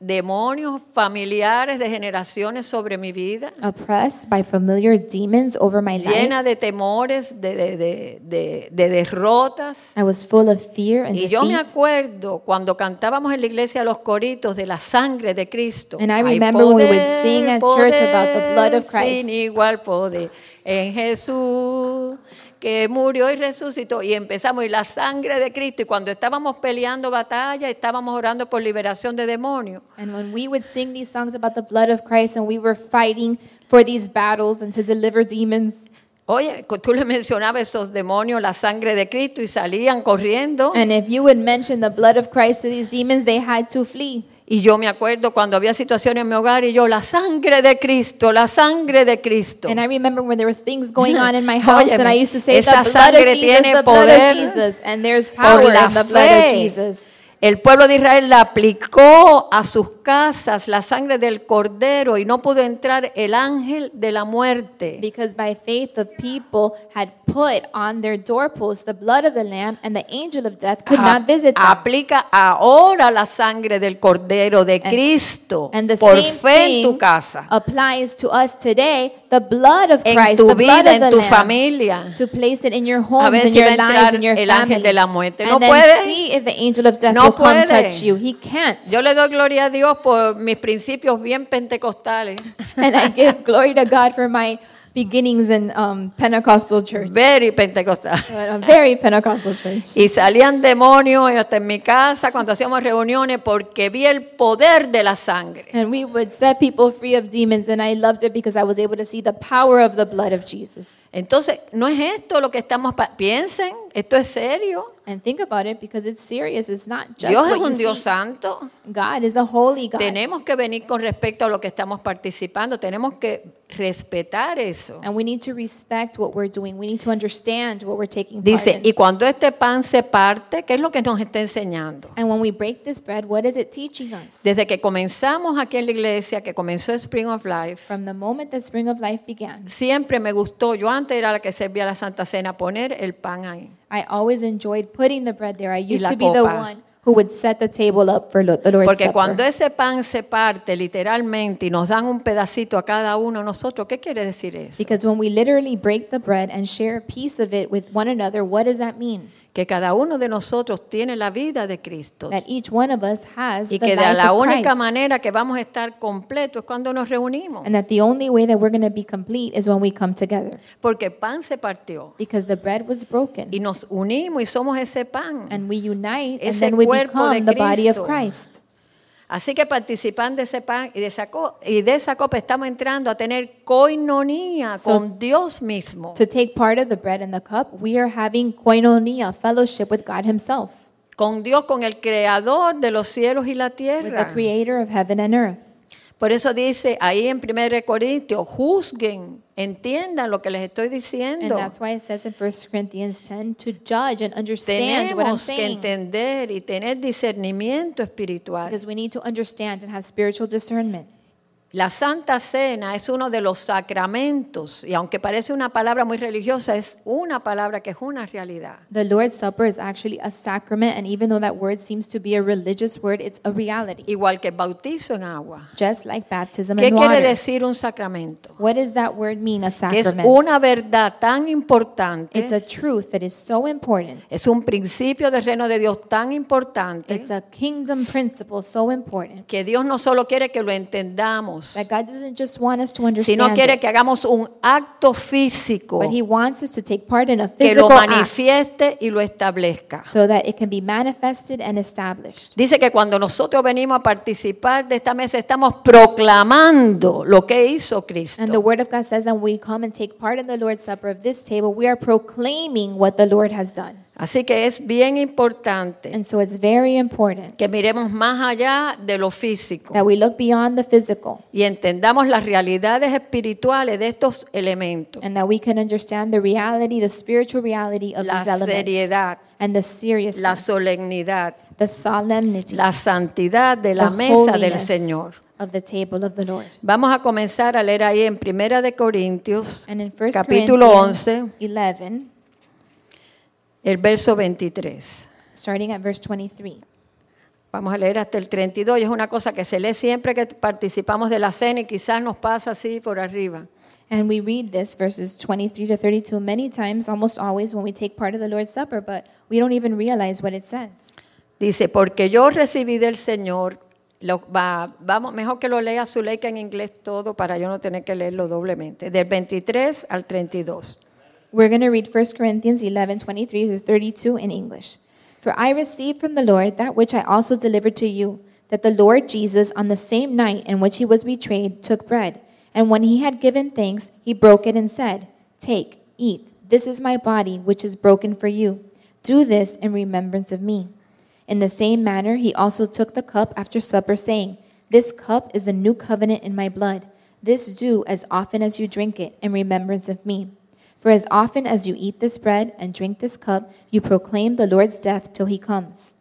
Speaker 1: demonios familiares de generaciones sobre mi vida.
Speaker 2: oppressed by familiar demons over my life.
Speaker 1: llena de temores, de, de- de- de- de derrotas.
Speaker 2: I was full of fear and
Speaker 1: Y yo me
Speaker 2: defeat.
Speaker 1: acuerdo cuando cantábamos en la iglesia los coritos de la sangre de Cristo.
Speaker 2: And I
Speaker 1: Hay
Speaker 2: remember when we would sing at church about the blood of
Speaker 1: poder
Speaker 2: Christ.
Speaker 1: Sin igual poder en Jesús que murió y resucitó. Y empezamos, y la sangre de Cristo. Y cuando estábamos peleando batalla, estábamos orando por liberación de demonios.
Speaker 2: And when we would sing these songs about the blood of Christ and we were fighting for these battles and to deliver demons,
Speaker 1: Oye, tú le mencionabas esos demonios, la sangre de Cristo, y salían corriendo.
Speaker 2: and if you would mention the blood of Christ to these demons, they had to flee.
Speaker 1: Y yo me acuerdo cuando había situaciones en mi hogar y yo, la sangre de Cristo, la sangre de Cristo.
Speaker 2: And I remember when there were things going on in my house,
Speaker 1: Óyeme,
Speaker 2: and I used to say,
Speaker 1: esa
Speaker 2: "The blood of
Speaker 1: sangre
Speaker 2: Jesus,
Speaker 1: tiene
Speaker 2: the blood
Speaker 1: poder
Speaker 2: of Jesus," and there's power
Speaker 1: Por la
Speaker 2: in the blood of
Speaker 1: fe.
Speaker 2: Jesus.
Speaker 1: El pueblo de Israel la aplicó a sus casas la sangre del cordero y no pudo entrar el ángel de la muerte.
Speaker 2: Because by faith the people had put on their doorposts the blood of the Lamb, and the angel of death
Speaker 1: Ah,
Speaker 2: could not visit them.
Speaker 1: Aplica ahora la sangre del cordero de Cristo
Speaker 2: And the
Speaker 1: por
Speaker 2: same
Speaker 1: fe en
Speaker 2: thing
Speaker 1: tu casa,
Speaker 2: applies to us today. The blood of
Speaker 1: En
Speaker 2: Christ,
Speaker 1: tu
Speaker 2: the blood
Speaker 1: vida,
Speaker 2: of
Speaker 1: en
Speaker 2: the
Speaker 1: tu
Speaker 2: Lamb,
Speaker 1: familia.
Speaker 2: to place it in your
Speaker 1: A ver
Speaker 2: homes, in
Speaker 1: si va a
Speaker 2: your lives,
Speaker 1: entrar
Speaker 2: in your
Speaker 1: el ángel
Speaker 2: family,
Speaker 1: de la muerte.
Speaker 2: and
Speaker 1: No
Speaker 2: then
Speaker 1: puede.
Speaker 2: see if the angel of death
Speaker 1: No
Speaker 2: will come
Speaker 1: puede.
Speaker 2: touch you. He can't.
Speaker 1: Yo le doy gloria a Dios por mis principios bien pentecostales.
Speaker 2: and I give glory to God for my beginnings in um, Pentecostal church,
Speaker 1: Very pentecostal.
Speaker 2: a very Pentecostal church.
Speaker 1: Y salían demonios hasta en mi casa cuando hacíamos reuniones porque vi el poder de la sangre.
Speaker 2: And we would set people free of demons, and I loved it because I was able to see the power of the blood of Jesus.
Speaker 1: Entonces, no es esto lo que estamos pa- piensen, esto es serio.
Speaker 2: And think about it because it's serious. It's not just
Speaker 1: Dios es
Speaker 2: what you
Speaker 1: un Dios
Speaker 2: see.
Speaker 1: santo.
Speaker 2: God is a holy God.
Speaker 1: Tenemos que venir con respecto a lo que estamos participando, tenemos que respetar eso.
Speaker 2: And we need to respect what we're doing. We need to understand what we're taking
Speaker 1: Dice,
Speaker 2: part in.
Speaker 1: y cuando este pan se parte, ¿qué es lo que nos está enseñando?
Speaker 2: And when we break this bread, what is it teaching us?
Speaker 1: Desde que comenzamos aquí en la iglesia, que comenzó Spring of Life,
Speaker 2: From the moment that Spring of Life began,
Speaker 1: siempre me gustó, yo antes era la que servía la Santa Cena, poner el pan ahí.
Speaker 2: I always enjoyed putting the bread there. I used
Speaker 1: la
Speaker 2: to be the
Speaker 1: copa.
Speaker 2: one who would set the table up for lo- the Lord's
Speaker 1: Porque
Speaker 2: Supper.
Speaker 1: cuando ese pan se parte literalmente y nos dan un pedacito a cada uno de nosotros, ¿qué quiere decir eso?
Speaker 2: because when we literally break the bread and share a piece of it with one another, what does that mean?
Speaker 1: Que cada uno de nosotros tiene la vida de Cristo.
Speaker 2: That each one of us has
Speaker 1: Y
Speaker 2: the
Speaker 1: que de
Speaker 2: life
Speaker 1: la
Speaker 2: of
Speaker 1: única
Speaker 2: Christ.
Speaker 1: manera que vamos a estar completos es cuando nos reunimos.
Speaker 2: and that the only way that we're going to be complete is when we come together.
Speaker 1: Porque el pan se partió
Speaker 2: Because the bread was broken.
Speaker 1: y nos unimos y somos ese pan.
Speaker 2: and we unite and
Speaker 1: Ese
Speaker 2: then we
Speaker 1: Mm. cuerpo
Speaker 2: become
Speaker 1: de
Speaker 2: the body of
Speaker 1: Cristo.
Speaker 2: Christ.
Speaker 1: Así que participando de ese pan y de esa, co- y de esa copa estamos entrando a tener coinonía
Speaker 2: So-
Speaker 1: con Dios mismo,
Speaker 2: To take part of the bread and the cup, we are having koinonia, fellowship with God Himself,
Speaker 1: con Dios, con el creador de los cielos y la
Speaker 2: with the
Speaker 1: tierra.
Speaker 2: Creator of heaven and earth.
Speaker 1: Por eso dice ahí en 1 Corintios, juzguen, entiendan lo que les estoy
Speaker 2: And
Speaker 1: diciendo.
Speaker 2: that's why it says in 1 Corinthians 10 to judge and understand what I'm
Speaker 1: Tenemos que
Speaker 2: saying.
Speaker 1: entender y tener discernimiento espiritual.
Speaker 2: Because we need to understand and have spiritual discernment.
Speaker 1: La Santa Cena es uno de los sacramentos y aunque parece una palabra muy religiosa, es una palabra que es una realidad.
Speaker 2: The Lord's Supper is actually a sacrament, and even though that word seems to be a religious word, it's a reality,
Speaker 1: Igual que el bautizo en agua.
Speaker 2: just like baptism
Speaker 1: ¿Qué
Speaker 2: and
Speaker 1: quiere
Speaker 2: water.
Speaker 1: decir un sacramento?
Speaker 2: What does that word mean, a
Speaker 1: Que es
Speaker 2: sacrament?
Speaker 1: una verdad tan
Speaker 2: It's
Speaker 1: importante,
Speaker 2: a truth that is so important.
Speaker 1: es un principio del reino de Dios tan importante
Speaker 2: It's a kingdom principle so important
Speaker 1: que Dios no solo quiere que lo entendamos,
Speaker 2: that God doesn't just want us to
Speaker 1: Si
Speaker 2: understand
Speaker 1: no quiere
Speaker 2: it,
Speaker 1: que hagamos un acto físico
Speaker 2: but He wants us to take part in a
Speaker 1: que lo
Speaker 2: physical act
Speaker 1: manifieste y lo establezca.
Speaker 2: so that it can be manifested and established.
Speaker 1: Dice que cuando nosotros venimos a participar de esta mesa estamos proclamando lo que hizo
Speaker 2: And the
Speaker 1: Cristo.
Speaker 2: Word of God says that when we come and take part in the Lord's Supper of this table, we are proclaiming what the Lord has done.
Speaker 1: Así que es bien importante
Speaker 2: And so it's very important
Speaker 1: que miremos más allá de lo físico
Speaker 2: that we look beyond the physical
Speaker 1: y entendamos las realidades espirituales de estos elementos.
Speaker 2: and that we can understand the reality, the spiritual reality of
Speaker 1: La
Speaker 2: these elements
Speaker 1: seriedad,
Speaker 2: and the
Speaker 1: la
Speaker 2: seriousness,
Speaker 1: solemnidad,
Speaker 2: the solemnity,
Speaker 1: la santidad de la
Speaker 2: the
Speaker 1: mesa del
Speaker 2: holiness
Speaker 1: Señor.
Speaker 2: of the table of the Lord.
Speaker 1: Vamos a comenzar a leer ahí en Primera de Corintios,
Speaker 2: And in 1
Speaker 1: capítulo
Speaker 2: Corinthians
Speaker 1: 11,
Speaker 2: 11,
Speaker 1: el verso 23.
Speaker 2: starting at verse 23.
Speaker 1: Vamos a leer hasta el 32 y es una cosa que se lee siempre que participamos de la cena y quizás nos pasa así por arriba.
Speaker 2: And we read this verses 23 to 32 many times, almost always, when we take part of the Lord's Supper, but we don't even realize what it says.
Speaker 1: Dice, porque yo recibí del Señor, lo- va- vamos, mejor que lo lea su ley que en inglés todo para yo no tener que leerlo doblemente, del 23 al 32.
Speaker 2: We're going to read 1 Corinthians 11 23 through 32 in English. For I received from the Lord that which I also delivered to you, that the Lord Jesus, on the same night in which he was betrayed, took bread. And when he had given thanks, he broke it and said, Take, eat, this is my body, which is broken for you. Do this in remembrance of me. In the same manner, he also took the cup after supper, saying, This cup is the new covenant in my blood. This do as often as you drink it in remembrance of me. For as often as you eat this bread and drink this cup, you proclaim the Lord's death till he comes.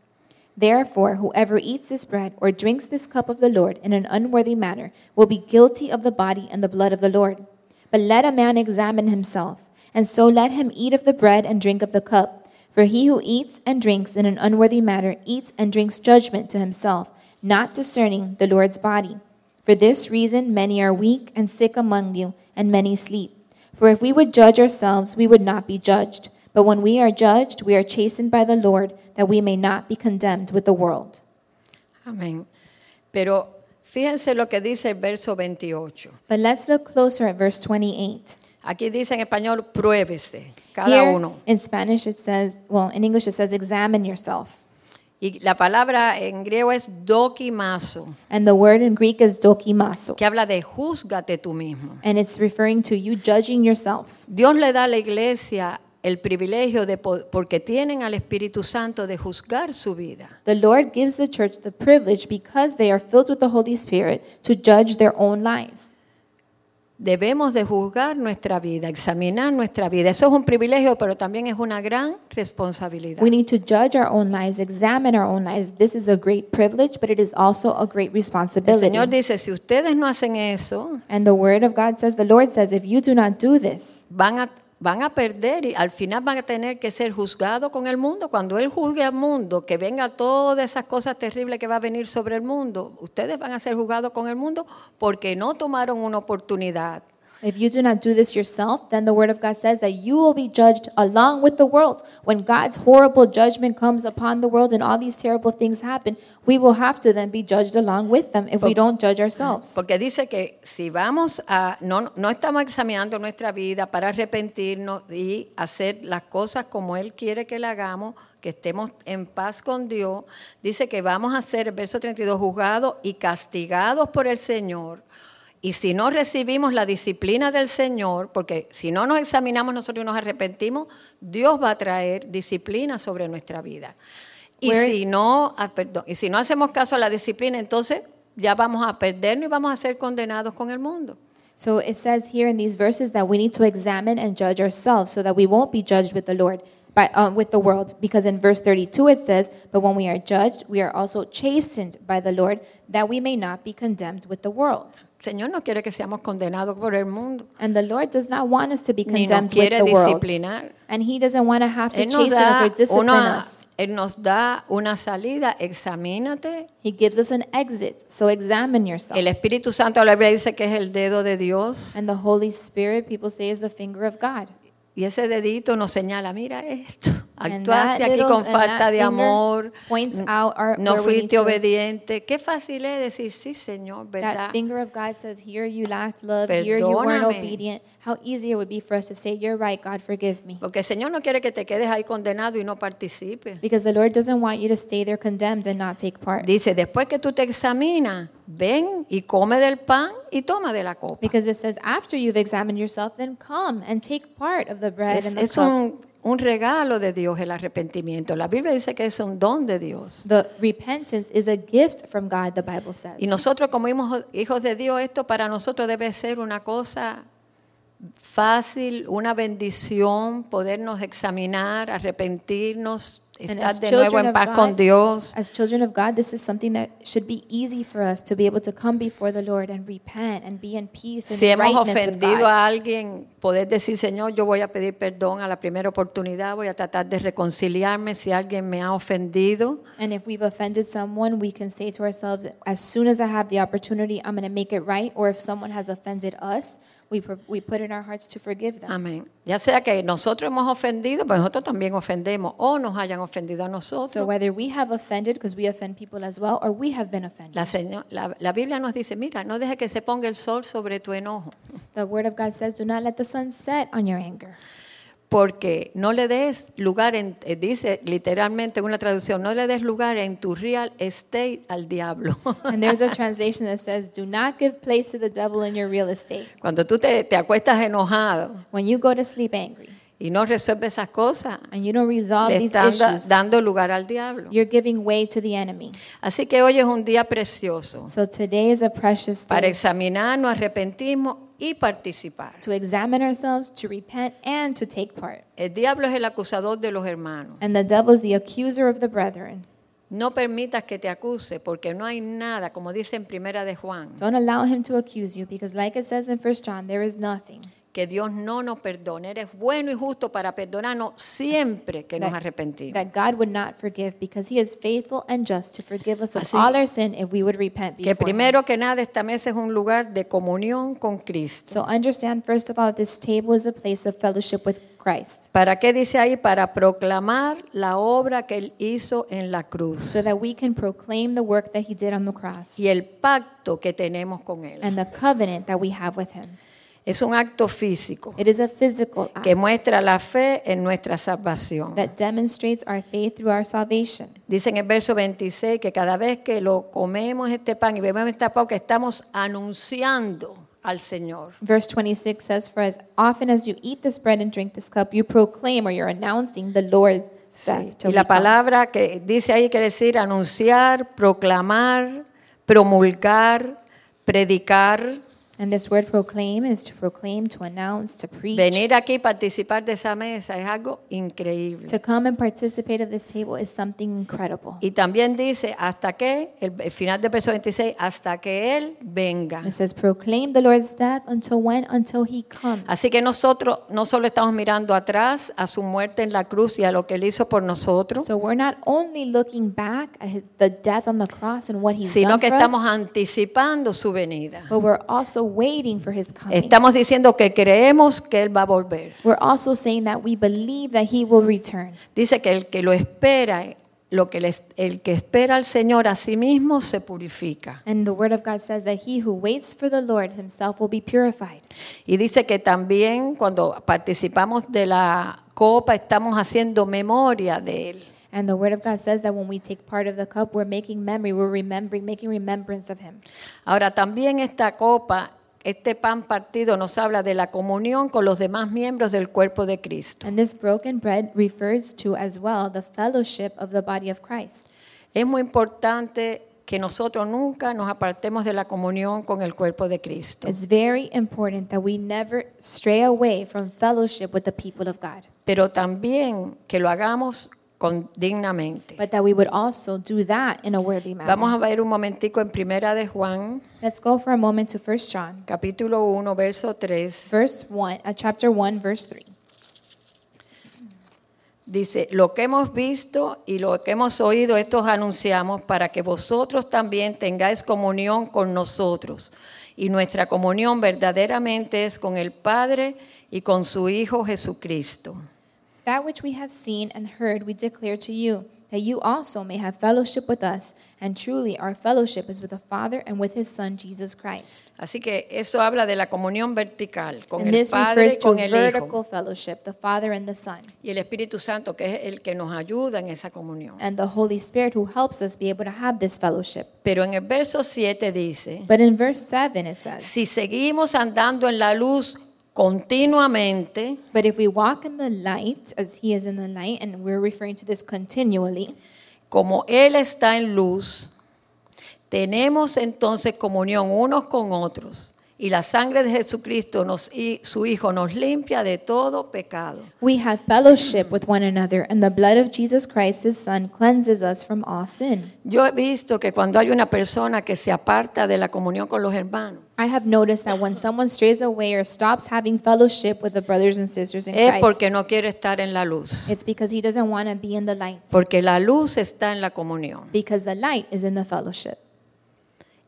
Speaker 2: Therefore, whoever eats this bread or drinks this cup of the Lord in an unworthy manner will be guilty of the body and the blood of the Lord. But let a man examine himself, and so let him eat of the bread and drink of the cup. For he who eats and drinks in an unworthy manner eats and drinks judgment to himself, not discerning the Lord's body. For this reason, many are weak and sick among you, and many sleep. For if we would judge ourselves, we would not be judged. But when we are judged, we are chastened by the Lord, that we may not be condemned with the world.
Speaker 1: Amén. Pero fíjense lo que dice el verso 28.
Speaker 2: But let's look closer at verse 28.
Speaker 1: Aquí dice en español, pruébese cada
Speaker 2: Here
Speaker 1: uno.
Speaker 2: in Spanish it says, well, in English it says, examine yourself.
Speaker 1: Y la palabra en griego es dokimazo,
Speaker 2: And the word in Greek is dokimaso.
Speaker 1: que habla de júzgate tú mismo.
Speaker 2: And it's referring to you judging yourself.
Speaker 1: Dios le da a la iglesia el privilegio de po- porque tienen al Espíritu Santo de juzgar su vida.
Speaker 2: The Lord gives the church the privilege because they are filled with the Holy Spirit to judge their own lives.
Speaker 1: Debemos de juzgar nuestra vida, examinar nuestra vida. Eso es un privilegio, pero también es una gran responsabilidad.
Speaker 2: We need to judge our own lives, examine our own lives. This is a great privilege, but it is also a great
Speaker 1: El Señor
Speaker 2: responsibility.
Speaker 1: dice, si ustedes no hacen eso,
Speaker 2: And the word of God says, the Lord says, if you do not do this,
Speaker 1: van a, van a perder y al final van a tener que ser juzgados con el mundo. Cuando Él juzgue al mundo, que venga todas esas cosas terribles que va a venir sobre el mundo, ustedes van a ser juzgados con el mundo porque no tomaron una oportunidad.
Speaker 2: if you do not do this yourself, then the word of God says that you will be judged along with the world. When God's horrible judgment comes upon the world and all these terrible things happen, we will have to then be judged along with them if we don't judge ourselves.
Speaker 1: Porque dice que si vamos a, no, no estamos examinando nuestra vida para arrepentirnos y hacer las cosas como Él quiere que la hagamos, que estemos en paz con Dios, dice que vamos a ser, verso 32, juzgados y castigados por el Señor. Y si no recibimos la disciplina del Señor, porque si no nos examinamos nosotros y nos arrepentimos, Dios va a traer disciplina sobre nuestra vida. Y
Speaker 2: Where-
Speaker 1: si no, ah, perdón, y si no hacemos caso a la disciplina, entonces ya vamos a perdernos y vamos a ser condenados con el mundo.
Speaker 2: So it says here in these verses that we need to examine and judge ourselves so that we won't be judged with the Lord, by, uh, with the world. Because in verse 32 it says, But when we are judged, we are also chastened by the Lord, that we may not be condemned with the world.
Speaker 1: El Señor no quiere que seamos condenados por el mundo,
Speaker 2: And the Lord does not want us to be
Speaker 1: ni nos
Speaker 2: condemned with
Speaker 1: quiere
Speaker 2: the world.
Speaker 1: disciplinar.
Speaker 2: And He doesn't want to have to
Speaker 1: Él nos,
Speaker 2: chasten us or
Speaker 1: da
Speaker 2: discipline
Speaker 1: una,
Speaker 2: us.
Speaker 1: él nos da una salida, examínate.
Speaker 2: He gives us an exit. So examine yourself.
Speaker 1: El Espíritu Santo la Biblia dice que es el dedo de Dios
Speaker 2: And the Holy Spirit, people say, is the finger of God.
Speaker 1: y ese dedito nos señala, mira esto,
Speaker 2: And
Speaker 1: actuaste
Speaker 2: that
Speaker 1: aquí
Speaker 2: little-
Speaker 1: con
Speaker 2: and
Speaker 1: falta
Speaker 2: that
Speaker 1: de
Speaker 2: finger
Speaker 1: amor,
Speaker 2: points out our-
Speaker 1: no
Speaker 2: where we need
Speaker 1: fuiste
Speaker 2: to-
Speaker 1: obediente. Qué fácil es decir, sí, Señor,
Speaker 2: That
Speaker 1: ¿verdad?
Speaker 2: finger of God says, Here you lacked love, here you weren't
Speaker 1: Perdóname.
Speaker 2: obedient. How easy it would be for us to say, You're right, God, forgive me.
Speaker 1: Porque el Señor no quiere que te quedes ahí condenado y no participes.
Speaker 2: Because the Lord doesn't want you to stay there condemned and not take part.
Speaker 1: Dice, después que tú te examinas, ven y come del pan y toma de la copa.
Speaker 2: Because it says, After you've examined yourself, then come and take part of the bread
Speaker 1: Es,
Speaker 2: and the
Speaker 1: es
Speaker 2: cup.
Speaker 1: un, un regalo de Dios el arrepentimiento. La Biblia dice que es un don de Dios.
Speaker 2: The repentance is a gift from God, the Bible says.
Speaker 1: Y nosotros como hijos- hijos de Dios, esto para nosotros debe ser una cosa fácil, una bendición, podernos examinar, arrepentirnos,
Speaker 2: And
Speaker 1: estar
Speaker 2: as
Speaker 1: de nuevo
Speaker 2: children
Speaker 1: en
Speaker 2: of
Speaker 1: paz
Speaker 2: God-
Speaker 1: con Dios.
Speaker 2: As children of God, this is something that should be easy for us to be able to come before the Lord and repent and be in peace and
Speaker 1: Si hemos
Speaker 2: rightness with God.
Speaker 1: ofendido a alguien, poder decir, Señor, yo voy a pedir perdón a la primera oportunidad, voy a tratar de reconciliarme si alguien me ha ofendido.
Speaker 2: And if we've offended someone, we can say to ourselves, as soon as I have the opportunity, I'm going to make it right. Or if someone has offended us, we, pr- we put in our hearts to forgive them.
Speaker 1: Amén. Ya sea que nosotros hemos ofendido, pues nosotros también ofendemos o nos hayan ofendido a
Speaker 2: So
Speaker 1: nosotros.
Speaker 2: whether we have offended, because we offend people as well, or we have been offended.
Speaker 1: La, seño- la- la Biblia nos dice, mira, no deje que se ponga el sol sobre tu enojo,
Speaker 2: The word of God says, do not let the sun set on your anger.
Speaker 1: porque no le des lugar, en, eh, dice literalmente en una traducción, no le des lugar en tu real estate al diablo.
Speaker 2: And there's a translation that says, do not give place to the devil in your real estate.
Speaker 1: Cuando tú te, te acuestas enojado
Speaker 2: When you go to sleep angry
Speaker 1: y no resuelves esas cosas,
Speaker 2: and you don't resolve
Speaker 1: le
Speaker 2: these
Speaker 1: están da-
Speaker 2: issues,
Speaker 1: dando lugar al diablo.
Speaker 2: you're giving way to the enemy.
Speaker 1: Así que hoy es un día precioso
Speaker 2: So today is a precious
Speaker 1: para
Speaker 2: day.
Speaker 1: examinarnos, arrepentirnos y participar.
Speaker 2: to examine ourselves, to repent, and to take part.
Speaker 1: El diablo es el acusador de los hermanos.
Speaker 2: And the devil is the accuser of the brethren.
Speaker 1: No permitas que te acuse, porque no hay nada, como dice en Primera de Juan,
Speaker 2: Don't allow him to accuse you, because, like it says in 1 John, there is nothing
Speaker 1: que Dios no nos perdone. Eres bueno y justo para perdonarnos siempre que nos arrepentimos.
Speaker 2: that God would not forgive, because He is faithful and just to forgive us of
Speaker 1: Así
Speaker 2: all our sin if we would repent before
Speaker 1: Que
Speaker 2: Him.
Speaker 1: primero que nada esta mesa es un lugar de comunión con Cristo.
Speaker 2: So understand, first of all, this table is a place of fellowship with Christ,
Speaker 1: ¿Para qué dice ahí? Para proclamar la obra que Él hizo en la cruz
Speaker 2: so that we can proclaim the work that He did on the cross
Speaker 1: y el pacto que tenemos con Él.
Speaker 2: and the covenant that we have with Him.
Speaker 1: Es un acto físico
Speaker 2: It is a physical act
Speaker 1: que muestra la fe en nuestra salvación.
Speaker 2: that demonstrates our faith through our salvation.
Speaker 1: Dice en el verso 26 que cada vez que lo comemos este pan y bebemos esta que estamos anunciando al Señor.
Speaker 2: Verse 26 says, For as often as you eat this bread and drink this cup, you proclaim or you're announcing the Lord's death. till
Speaker 1: Y
Speaker 2: he
Speaker 1: la
Speaker 2: comes."
Speaker 1: palabra que dice ahí quiere decir anunciar, proclamar, promulgar, predicar,
Speaker 2: And this word proclaim is to proclaim, to announce, to preach.
Speaker 1: venir aquí y participar de esa mesa es algo increíble.
Speaker 2: To come and participate of this table is something incredible.
Speaker 1: Y también dice hasta que, el el final del verso 26, hasta que Él venga.
Speaker 2: It says, proclaim the Lord's death until when? Until he comes.
Speaker 1: Así que nosotros no solo estamos mirando atrás a su muerte en la cruz y a lo que él hizo por nosotros,
Speaker 2: So we're not only looking back at his, the death on the cross and what he's
Speaker 1: sino
Speaker 2: done
Speaker 1: que
Speaker 2: for
Speaker 1: estamos
Speaker 2: us, Oh,
Speaker 1: anticipando su venida.
Speaker 2: but we're also waiting for his coming.
Speaker 1: Estamos diciendo que creemos que él va a volver.
Speaker 2: We're also saying that we believe that he will return.
Speaker 1: Dice que el que lo espera, lo que les- el que espera al Señor a sí mismo se purifica.
Speaker 2: And the word of God says that he who waits for the Lord himself will be purified.
Speaker 1: Y dice que también cuando participamos de la copa estamos haciendo memoria de él.
Speaker 2: And the word of God says that when we take part of the cup, we're making memory, we're remembering, making remembrance of him.
Speaker 1: Ahora también esta copa, este pan partido nos habla de la comunión con los demás miembros del cuerpo de Cristo.
Speaker 2: And this broken bread refers to as well the fellowship of the body of Christ.
Speaker 1: Es muy importante que nosotros nunca nos apartemos de la comunión con el cuerpo de Cristo.
Speaker 2: It's very important that we never stray away from fellowship with the people of God,
Speaker 1: Pero también que lo hagamos con dignamente.
Speaker 2: but that we would also do that in a worthy manner.
Speaker 1: Vamos a ver un momentico en Primera de Juan,
Speaker 2: Let's go for a moment to 1 John,
Speaker 1: capítulo 1, verso 3.
Speaker 2: verse 1, uh, chapter 1, verse 3.
Speaker 1: Dice, lo que hemos visto y lo que hemos oído, estos anunciamos para que vosotros también tengáis comunión con nosotros. Y nuestra comunión verdaderamente es con el Padre y con su Hijo Jesucristo.
Speaker 2: That which we have seen and heard we declare to you, that you also may have fellowship with us, and truly our fellowship is with the Father and with his Son, Jesus Christ.
Speaker 1: Así que eso habla de la comunión vertical con
Speaker 2: And
Speaker 1: el
Speaker 2: this refers
Speaker 1: Padre,
Speaker 2: to
Speaker 1: con el
Speaker 2: vertical
Speaker 1: Hijo
Speaker 2: fellowship, the Father and the Son.
Speaker 1: y el Espíritu Santo, que es el que nos ayuda en esa comunión.
Speaker 2: and the Holy Spirit who helps us be able to have this fellowship.
Speaker 1: Pero en el verso 7 dice,
Speaker 2: But in verse 7 it says,
Speaker 1: si seguimos andando en la luz continuamente,
Speaker 2: But if we walk in the light as he is in the light, and we're referring to this continually,
Speaker 1: Como Él está en luz, tenemos entonces comunión unos con otros. Y la sangre de Jesucristo, nos, y su Hijo, nos limpia de todo pecado.
Speaker 2: we have fellowship with one another, and the blood of Jesus Christ, his Son, cleanses us from all sin.
Speaker 1: Yo he visto que cuando hay una persona que se aparta de la comunión con los hermanos,
Speaker 2: I have noticed that when someone strays away or stops having fellowship with the brothers and sisters in
Speaker 1: es
Speaker 2: Christ,
Speaker 1: Eh, porque no quiere estar en la luz.
Speaker 2: it's because he doesn't want to be in the light,
Speaker 1: Porque la luz está en la comunión.
Speaker 2: because the light is in the fellowship.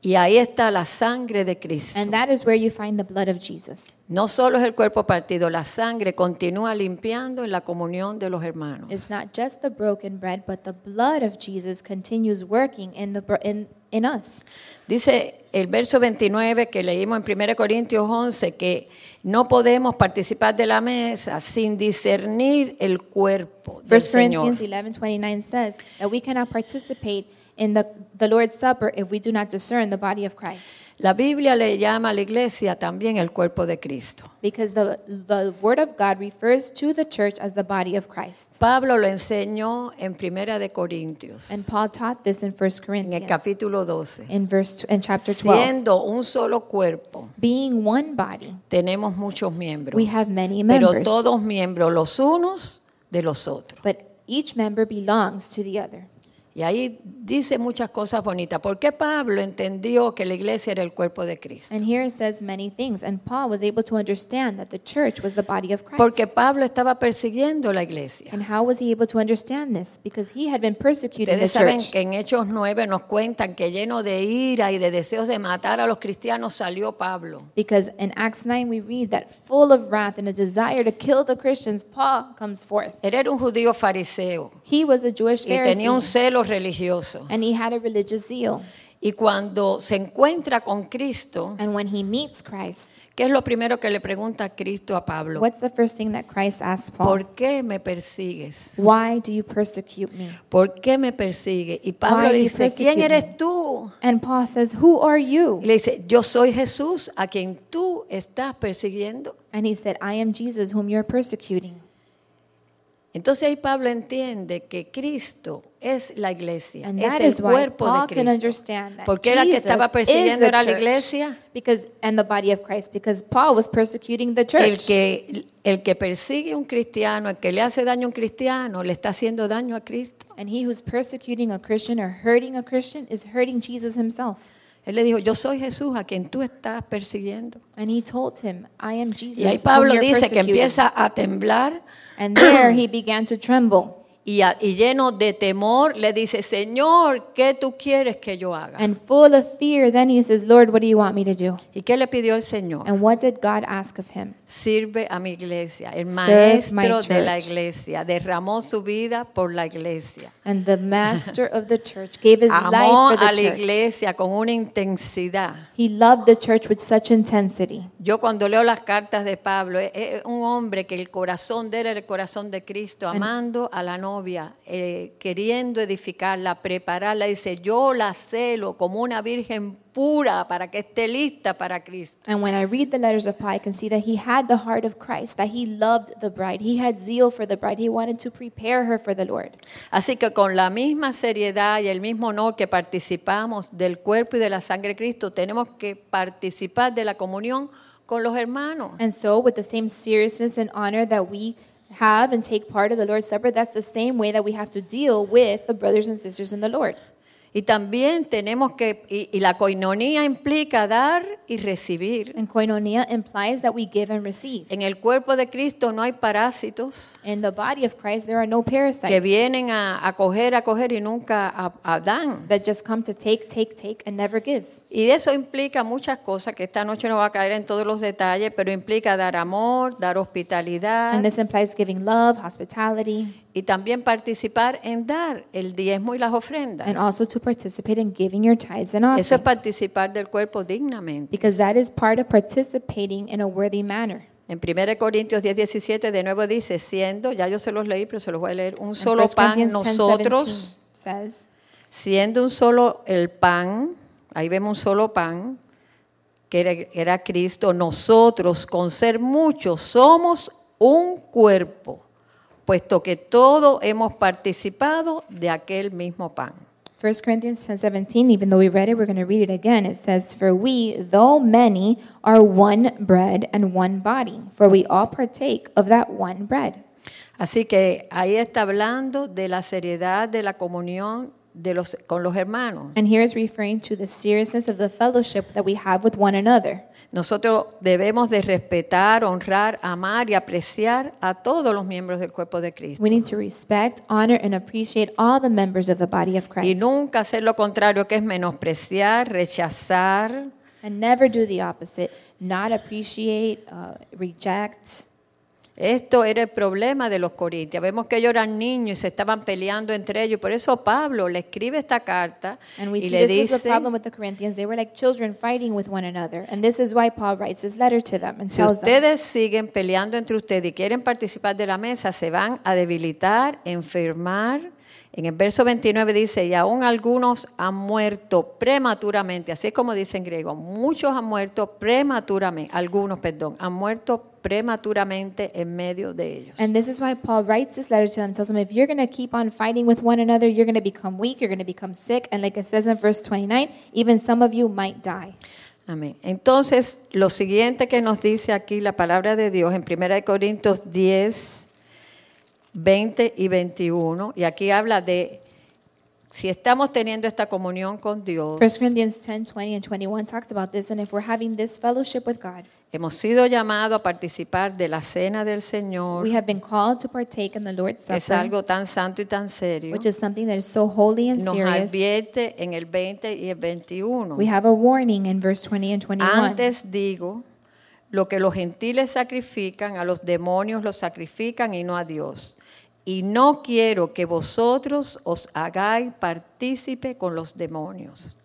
Speaker 1: Y ahí está la sangre de Cristo.
Speaker 2: And that is where you find the blood of Jesus.
Speaker 1: No solo es el cuerpo partido, la sangre continúa limpiando en la comunión de los hermanos.
Speaker 2: It's not just the broken bread, but the blood of Jesus continues working in the bro- in in us.
Speaker 1: Dice el verso 29 que leímos en 1 Corintios 11 que no podemos participar de la mesa sin discernir el cuerpo del
Speaker 2: First Corinthians
Speaker 1: Señor.
Speaker 2: 11:29 says that we cannot participate in the, the Lord's Supper if we do not discern the body of Christ,
Speaker 1: La Biblia le llama a la iglesia también el cuerpo de Cristo.
Speaker 2: because the the Word of God refers to the church as the body of Christ.
Speaker 1: Pablo lo enseñó en 1 de Corintios,
Speaker 2: And Paul taught this in First
Speaker 1: en el
Speaker 2: Corinthians
Speaker 1: capítulo 12.
Speaker 2: in verse tw- in chapter 12.
Speaker 1: Siendo un solo cuerpo,
Speaker 2: Being one body,
Speaker 1: tenemos muchos miembros,
Speaker 2: we have many
Speaker 1: pero
Speaker 2: members,
Speaker 1: todos miembros los unos de los otros.
Speaker 2: but each member belongs to the other.
Speaker 1: Y ahí dice muchas cosas bonitas. ¿Por qué Pablo entendió que la iglesia era el cuerpo de Cristo?
Speaker 2: And here it says many things, and Paul was able to understand that the church was the body of Christ.
Speaker 1: Porque Pablo estaba persiguiendo la iglesia.
Speaker 2: and how was he able to understand this? Because he had been persecuting the
Speaker 1: Ustedes saben
Speaker 2: church.
Speaker 1: que en Hechos 9 nos cuentan que lleno de ira y de deseos de matar a los cristianos salió Pablo.
Speaker 2: Because in Acts 9 we read that full of wrath and a desire to kill the Christians, Paul comes forth.
Speaker 1: Él era un judío fariseo
Speaker 2: He was a Jewish
Speaker 1: y tenía un
Speaker 2: Pharisee,
Speaker 1: celo religioso.
Speaker 2: and he had a religious zeal.
Speaker 1: Y cuando se encuentra con Cristo,
Speaker 2: And when he meets Christ,
Speaker 1: ¿qué es lo primero que le pregunta Cristo a Pablo?
Speaker 2: what's the first thing that Christ asks Paul?
Speaker 1: ¿Por qué me persigues?
Speaker 2: Why do you persecute me?
Speaker 1: ¿Por qué me persigues? Y Pablo
Speaker 2: Why
Speaker 1: le
Speaker 2: you
Speaker 1: dice,
Speaker 2: persecute
Speaker 1: ¿quién
Speaker 2: me?"
Speaker 1: eres tú?
Speaker 2: And Paul says, Who are you?
Speaker 1: Y le dice, yo soy Jesús a quien tú estás persiguiendo.
Speaker 2: And he said, I am Jesus whom you're persecuting.
Speaker 1: Entonces ahí Pablo entiende que Cristo es la iglesia,
Speaker 2: And
Speaker 1: es
Speaker 2: that
Speaker 1: el
Speaker 2: is why
Speaker 1: cuerpo
Speaker 2: Paul
Speaker 1: de
Speaker 2: can
Speaker 1: Cristo.
Speaker 2: understand that
Speaker 1: Porque era que
Speaker 2: Jesus
Speaker 1: estaba
Speaker 2: is
Speaker 1: persiguiendo
Speaker 2: the
Speaker 1: era la
Speaker 2: church.
Speaker 1: iglesia.
Speaker 2: Because and the body of Christ, because Paul was persecuting the
Speaker 1: El
Speaker 2: church.
Speaker 1: que, el que persigue a un cristiano, el que le hace daño a un cristiano, le está haciendo daño a Cristo.
Speaker 2: And he who's persecuting a Christian or hurting a Christian is hurting Jesus himself.
Speaker 1: Él le dijo, yo soy Jesús a quien tú estás persiguiendo.
Speaker 2: And he told him, I am Jesus.
Speaker 1: Y ahí
Speaker 2: whom
Speaker 1: Pablo
Speaker 2: you're
Speaker 1: dice que
Speaker 2: persecuting."
Speaker 1: empieza a temblar
Speaker 2: And there he began to tremble.
Speaker 1: y, a- y lleno de temor le dice, Señor, ¿qué tú quieres que yo haga?
Speaker 2: And full of fear, then he says, Lord, what do you want me to do?
Speaker 1: ¿Y qué le pidió el Señor?
Speaker 2: And what did God ask of him?
Speaker 1: Sirve a mi iglesia. El
Speaker 2: Serve my
Speaker 1: maestro de la
Speaker 2: church.
Speaker 1: iglesia derramó su vida por la iglesia.
Speaker 2: And the master of the church gave his
Speaker 1: Amó
Speaker 2: life for
Speaker 1: a la
Speaker 2: the church.
Speaker 1: iglesia con una intensidad.
Speaker 2: He loved the church with such intensity.
Speaker 1: Yo cuando leo las cartas de Pablo, es- es un hombre que el corazón de él era el corazón de Cristo, amando a la novia, eh, queriendo edificarla, prepararla, dice, yo la celo como una virgen pura para que esté lista para Cristo.
Speaker 2: And when I read the letters of Paul, I can see that he had the heart of Christ, that he loved the bride. He had zeal for the bride. He wanted to prepare her for the Lord.
Speaker 1: Así que con la misma seriedad y el mismo honor que participamos del cuerpo y de la sangre de Cristo, tenemos que participar de la comunión con los hermanos.
Speaker 2: And so, with the same seriousness and honor that we have and take part of the Lord's Supper, that's the same way that we have to deal with the brothers and sisters in the Lord.
Speaker 1: Y también tenemos que, y, y la coinonía implica dar y recibir.
Speaker 2: And koinonia implies that we give and receive.
Speaker 1: En el cuerpo de Cristo no hay parásitos
Speaker 2: In the body of Christ, there are no
Speaker 1: que
Speaker 2: parasites
Speaker 1: vienen a, a coger, a coger y nunca a, a dan.
Speaker 2: that just come to take, take, take, and never give.
Speaker 1: Y eso implica muchas cosas, que esta noche no va a caer en todos los detalles, pero implica dar amor, dar hospitalidad
Speaker 2: And this implies giving love, hospitality,
Speaker 1: y también participar en dar el diezmo y las ofrendas.
Speaker 2: and also to participate in giving your tithes and offerings.
Speaker 1: Eso es participar del cuerpo dignamente.
Speaker 2: because that is part of participating in a worthy manner.
Speaker 1: En 1 Corintios 10, 17 de nuevo dice, siendo, ya yo se los leí, pero se los voy a leer, un
Speaker 2: And
Speaker 1: solo
Speaker 2: 1
Speaker 1: pan
Speaker 2: Corinthians 10:17
Speaker 1: nosotros.
Speaker 2: says,
Speaker 1: siendo un solo el pan, ahí vemos un solo pan, que era, era Cristo, nosotros con ser muchos somos un cuerpo, puesto que todos hemos participado de aquel mismo pan.
Speaker 2: 1 Corinthians 10:17 even though we read it we're going to read it again it says for we though many are one bread and one body for we all partake of that one bread
Speaker 1: Así que ahí está hablando de la seriedad de la comunión de los, con los hermanos.
Speaker 2: and here is referring to the seriousness of the fellowship that we have with one another
Speaker 1: Nosotros debemos de respetar, honrar, amar y apreciar a todos los miembros del cuerpo de Cristo.
Speaker 2: we need to respect honor and appreciate all the members of the body of
Speaker 1: Y
Speaker 2: Christ
Speaker 1: nunca hacer lo contrario, que es menospreciar, rechazar.
Speaker 2: and never do the opposite not appreciate uh, reject
Speaker 1: Esto era el problema de los corintios. Vemos que ellos eran niños y se estaban peleando entre ellos. Por eso Pablo le escribe esta carta
Speaker 2: and we see
Speaker 1: y le
Speaker 2: this was
Speaker 1: dice,
Speaker 2: the problem with the Corinthians. They were like children fighting with one another. And this is why Paul writes this letter to them and
Speaker 1: si
Speaker 2: tells them
Speaker 1: ustedes siguen peleando entre ustedes y quieren participar de la mesa, se van a debilitar, enfermar. En el verso 29 dice, y aún algunos han muerto prematuramente, así es como dice en griego, muchos han muerto prematuramente, algunos, perdón, han muerto prematuramente en medio de ellos.
Speaker 2: And this is why Paul writes this letter to them, tells them, if you're going to keep on fighting with one another, you're going to become weak, you're going to become sick. And like it says in verse 29, even some of you might die.
Speaker 1: Amén. Entonces, lo siguiente que nos dice aquí la palabra de Dios en 1 Corintios 10, 20 y 21, y aquí habla de si estamos teniendo esta comunión con Dios,
Speaker 2: 1 Corinthians 10 20 and 21 talks about this. And if we're having this fellowship with God,
Speaker 1: hemos sido llamados a participar de la cena del Señor.
Speaker 2: we have been called to partake in the Lord's
Speaker 1: Es
Speaker 2: Supper,
Speaker 1: algo tan santo y tan serio.
Speaker 2: which is something that is so holy and
Speaker 1: Nos
Speaker 2: serious.
Speaker 1: advierte en el 20 y el 21.
Speaker 2: We have a warning in verse 20 and 21.
Speaker 1: Antes digo, lo que los gentiles sacrifican, a los demonios los sacrifican y no a Dios. Y no quiero que vosotros os hagáis partícipe con los demonios.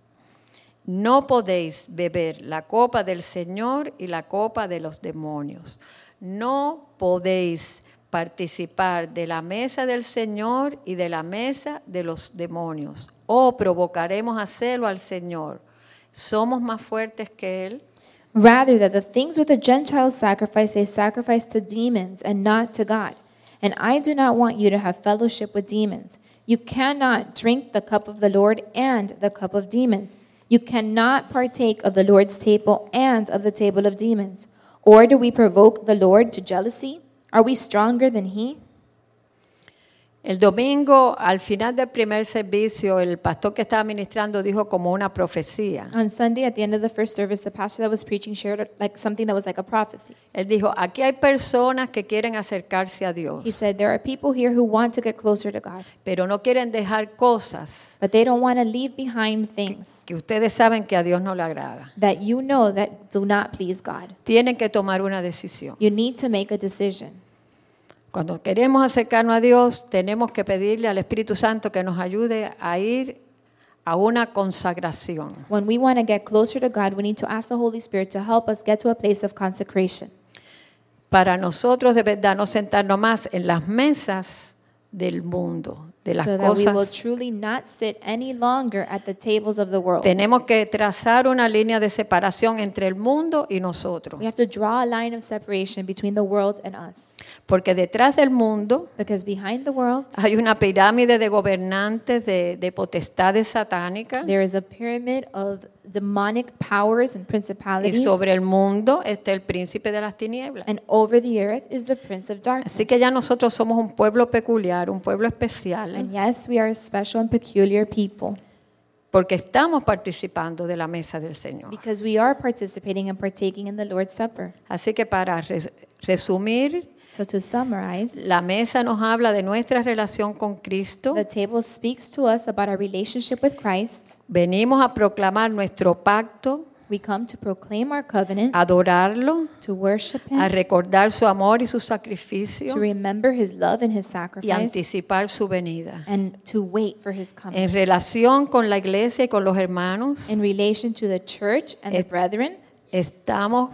Speaker 1: No podéis beber la copa del Señor y la copa de los demonios. No podéis participar de la mesa del Señor y de la mesa de los demonios. O provocaremos a celo al Señor. Somos más fuertes que Él.
Speaker 2: Rather, that the things with the Gentiles sacrifice, they sacrifice to demons and not to God. And I do not want you to have fellowship with demons. You cannot drink the cup of the Lord and the cup of demons. You cannot partake of the Lord's table and of the table of demons. Or do we provoke the Lord to jealousy? Are we stronger than He?
Speaker 1: El domingo, al final del primer servicio, el pastor que estaba ministrando dijo como una profecía.
Speaker 2: On Sunday, at the end of the first service, the pastor that was preaching shared like something that was like a prophecy.
Speaker 1: Él dijo, aquí hay personas que quieren acercarse a
Speaker 2: He
Speaker 1: Dios,
Speaker 2: said, There are people here who want to get closer to God.
Speaker 1: pero no quieren dejar cosas
Speaker 2: But they don't want to leave behind things
Speaker 1: que ustedes saben que a Dios no le agrada.
Speaker 2: that you know that do not please God.
Speaker 1: Tienen que tomar una decisión.
Speaker 2: You need to make a decision.
Speaker 1: Cuando queremos acercarnos a Dios, tenemos que pedirle al Espíritu Santo que nos ayude a ir a una consagración.
Speaker 2: When we want to get closer to God, we need to ask the Holy Spirit to help us get to a place of consecration.
Speaker 1: Para nosotros de verdad no sentarnos más en las mesas del mundo, de las
Speaker 2: So that we will
Speaker 1: cosas
Speaker 2: truly not sit any longer at the tables of the world.
Speaker 1: Tenemos que trazar una línea de separación entre el mundo y nosotros,
Speaker 2: We have to draw a line of separation between the world and us.
Speaker 1: porque detrás del mundo
Speaker 2: Because behind the world,
Speaker 1: hay una pirámide de gobernantes de, de potestades satánicas
Speaker 2: there is a pyramid of demonic powers and
Speaker 1: y
Speaker 2: principalities.
Speaker 1: sobre el mundo está el príncipe de las tinieblas.
Speaker 2: And over the earth is the prince of darkness.
Speaker 1: Así que ya nosotros somos un pueblo peculiar, un pueblo
Speaker 2: And
Speaker 1: especial,
Speaker 2: yes, we are a special and peculiar people
Speaker 1: porque estamos participando de la mesa del Señor.
Speaker 2: because we are participating and partaking in the Lord's Supper.
Speaker 1: Así que para res- resumir,
Speaker 2: So to summarize,
Speaker 1: la mesa nos habla de nuestra relación con Cristo.
Speaker 2: the table speaks to us about our relationship with Christ.
Speaker 1: Venimos a proclamar nuestro pacto
Speaker 2: We come to proclaim our covenant,
Speaker 1: adorarlo,
Speaker 2: to worship
Speaker 1: a
Speaker 2: him,
Speaker 1: recordar su amor y su
Speaker 2: to
Speaker 1: sacrificio
Speaker 2: remember his love and his
Speaker 1: y
Speaker 2: sacrifice,
Speaker 1: anticipar su venida.
Speaker 2: and to wait for his coming.
Speaker 1: En relación con la iglesia y con los hermanos,
Speaker 2: In relation to the church and the
Speaker 1: Es-
Speaker 2: brethren,
Speaker 1: estamos,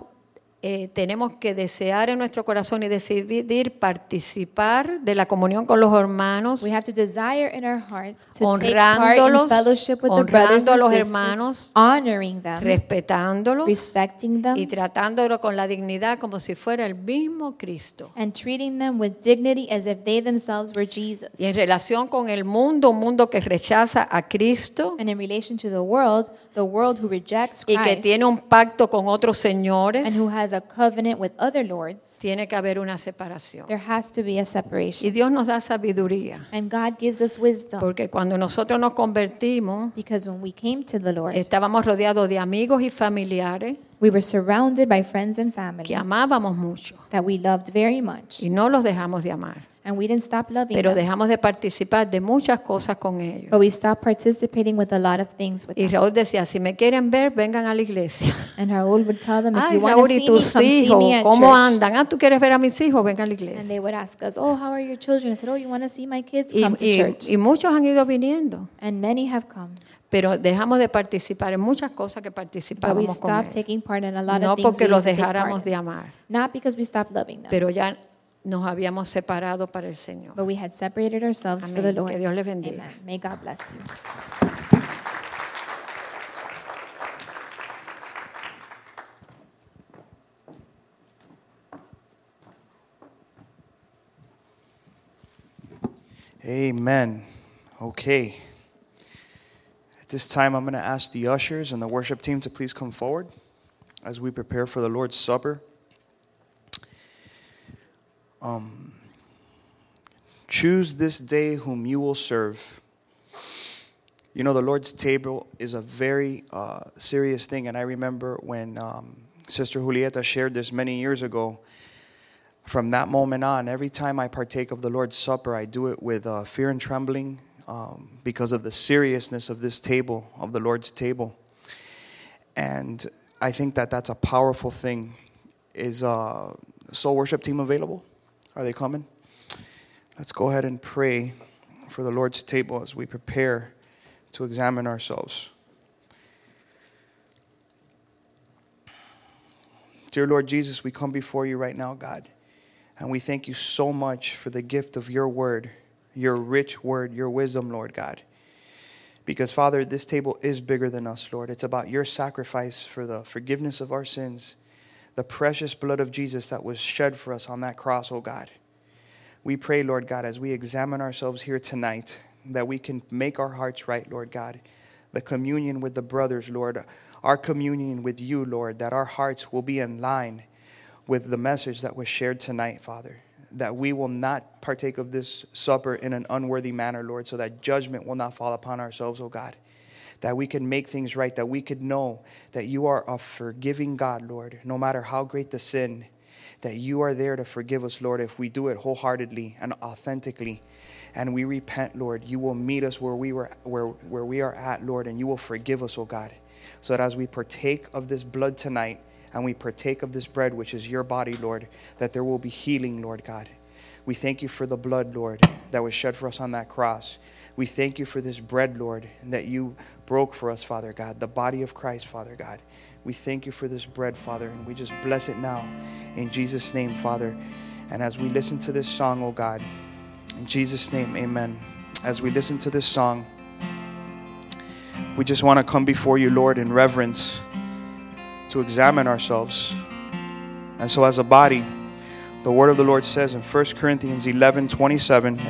Speaker 1: eh, tenemos que desear en nuestro corazón y decidir participar de la comunión con los hermanos,
Speaker 2: we have to desire in our hearts to take part in
Speaker 1: honrándolos,
Speaker 2: fellowship with the brothers
Speaker 1: honrando a
Speaker 2: and
Speaker 1: los
Speaker 2: sisters,
Speaker 1: hermanos,
Speaker 2: honoring them,
Speaker 1: respetándolos
Speaker 2: respecting them,
Speaker 1: y tratándolo con la dignidad como si fuera el mismo Cristo.
Speaker 2: and treating them with dignity as if they themselves were Jesus.
Speaker 1: Y en relación con el mundo, un mundo que rechaza a Cristo,
Speaker 2: And in relation to the world, the world who rejects
Speaker 1: y
Speaker 2: Christ
Speaker 1: que tiene un pacto con otros
Speaker 2: and
Speaker 1: señores,
Speaker 2: who has a covenant with other lords,
Speaker 1: tiene que haber una separación.
Speaker 2: there has to be a separation.
Speaker 1: Y Dios nos da sabiduría,
Speaker 2: And God gives us wisdom
Speaker 1: porque cuando nosotros nos convertimos,
Speaker 2: because when we came to the Lord,
Speaker 1: estábamos rodeados de amigos y familiares
Speaker 2: we were surrounded by friends and
Speaker 1: que
Speaker 2: family
Speaker 1: amábamos mucho
Speaker 2: that we loved very much,
Speaker 1: y no los dejamos de amar,
Speaker 2: and we didn't stop loving
Speaker 1: pero
Speaker 2: them,
Speaker 1: dejamos de participar de muchas cosas con ellos.
Speaker 2: but we stopped participating with a lot of things with
Speaker 1: Y
Speaker 2: them.
Speaker 1: Raúl decía, si me quieren ver, vengan a la iglesia.
Speaker 2: And Raul would tell them, if
Speaker 1: Ay,
Speaker 2: you want
Speaker 1: Raúl,
Speaker 2: to
Speaker 1: ¿y
Speaker 2: see me, come
Speaker 1: tus
Speaker 2: see
Speaker 1: hijos
Speaker 2: me at
Speaker 1: cómo
Speaker 2: church.
Speaker 1: andan? Ah, ¿tú quieres ver a mis hijos? Vengan a la
Speaker 2: And
Speaker 1: iglesia.
Speaker 2: they would ask us, oh, how are your children? I said, oh, you want to see my kids?
Speaker 1: Y,
Speaker 2: Come to
Speaker 1: y-
Speaker 2: church.
Speaker 1: y muchos han ido viniendo,
Speaker 2: and many have come.
Speaker 1: pero dejamos de participar en muchas cosas que
Speaker 2: But we
Speaker 1: participábamos con
Speaker 2: stopped
Speaker 1: ellos.
Speaker 2: taking part in a lot
Speaker 1: no
Speaker 2: of things we
Speaker 1: porque los
Speaker 2: used to take
Speaker 1: dejáramos
Speaker 2: part
Speaker 1: de
Speaker 2: in.
Speaker 1: amar,
Speaker 2: Not because we stopped loving them,
Speaker 1: pero ya nos habíamos separado para el Señor.
Speaker 2: but we had separated ourselves for the
Speaker 1: Amén.
Speaker 2: Lord.
Speaker 1: Que Dios le bendiga.
Speaker 2: Amen. May God bless you.
Speaker 3: Amen. Okay. At this time, I'm going to ask the ushers and the worship team to please come forward as we prepare for the Lord's Supper. Um, choose this day whom you will serve. You know, the Lord's table is a very uh, serious thing, and I remember when um, Sister Julieta shared this many years ago. From that moment on, every time I partake of the Lord's Supper, I do it with uh, fear and trembling um, because of the seriousness of this table, of the Lord's table. And I think that that's a powerful thing. Is uh, Soul Worship Team available? Are they coming? Let's go ahead and pray for the Lord's table as we prepare to examine ourselves. Dear Lord Jesus, we come before you right now, God, and we thank you so much for the gift of your word, your rich word, your wisdom, Lord God. Because, Father, this table is bigger than us, Lord. It's about your sacrifice for the forgiveness of our sins, the precious blood of Jesus that was shed for us on that cross, oh God. We pray, Lord God, as we examine ourselves here tonight, that we can make our hearts right, Lord God. The communion with the brothers, Lord, our communion with you, Lord, that our hearts will be in line with the message that was shared tonight, Father. That we will not partake of this supper in an unworthy manner, Lord, so that judgment will not fall upon ourselves, oh God. That we can make things right, that we could know that you are a forgiving God, Lord, no matter how great the sin, that you are there to forgive us, Lord, if we do it wholeheartedly and authentically. And we repent, Lord. You will meet us where we were where, where we are at, Lord, and you will forgive us, oh God. So that as we partake of this blood tonight and we partake of this bread, which is your body, Lord, that there will be healing, Lord God. We thank you for the blood, Lord, that was shed for us on that cross. We thank you for this bread, Lord, that you broke for us, Father God, the body of Christ, Father God. We thank you for this bread, Father, and we just bless it now in Jesus' name, Father. And as we listen to this song, oh God, in Jesus' name, amen. As we listen to this song, we just want to come before you, Lord, in reverence to examine ourselves. And so, as a body, the word of the Lord says in 1 Corinthians 11 27.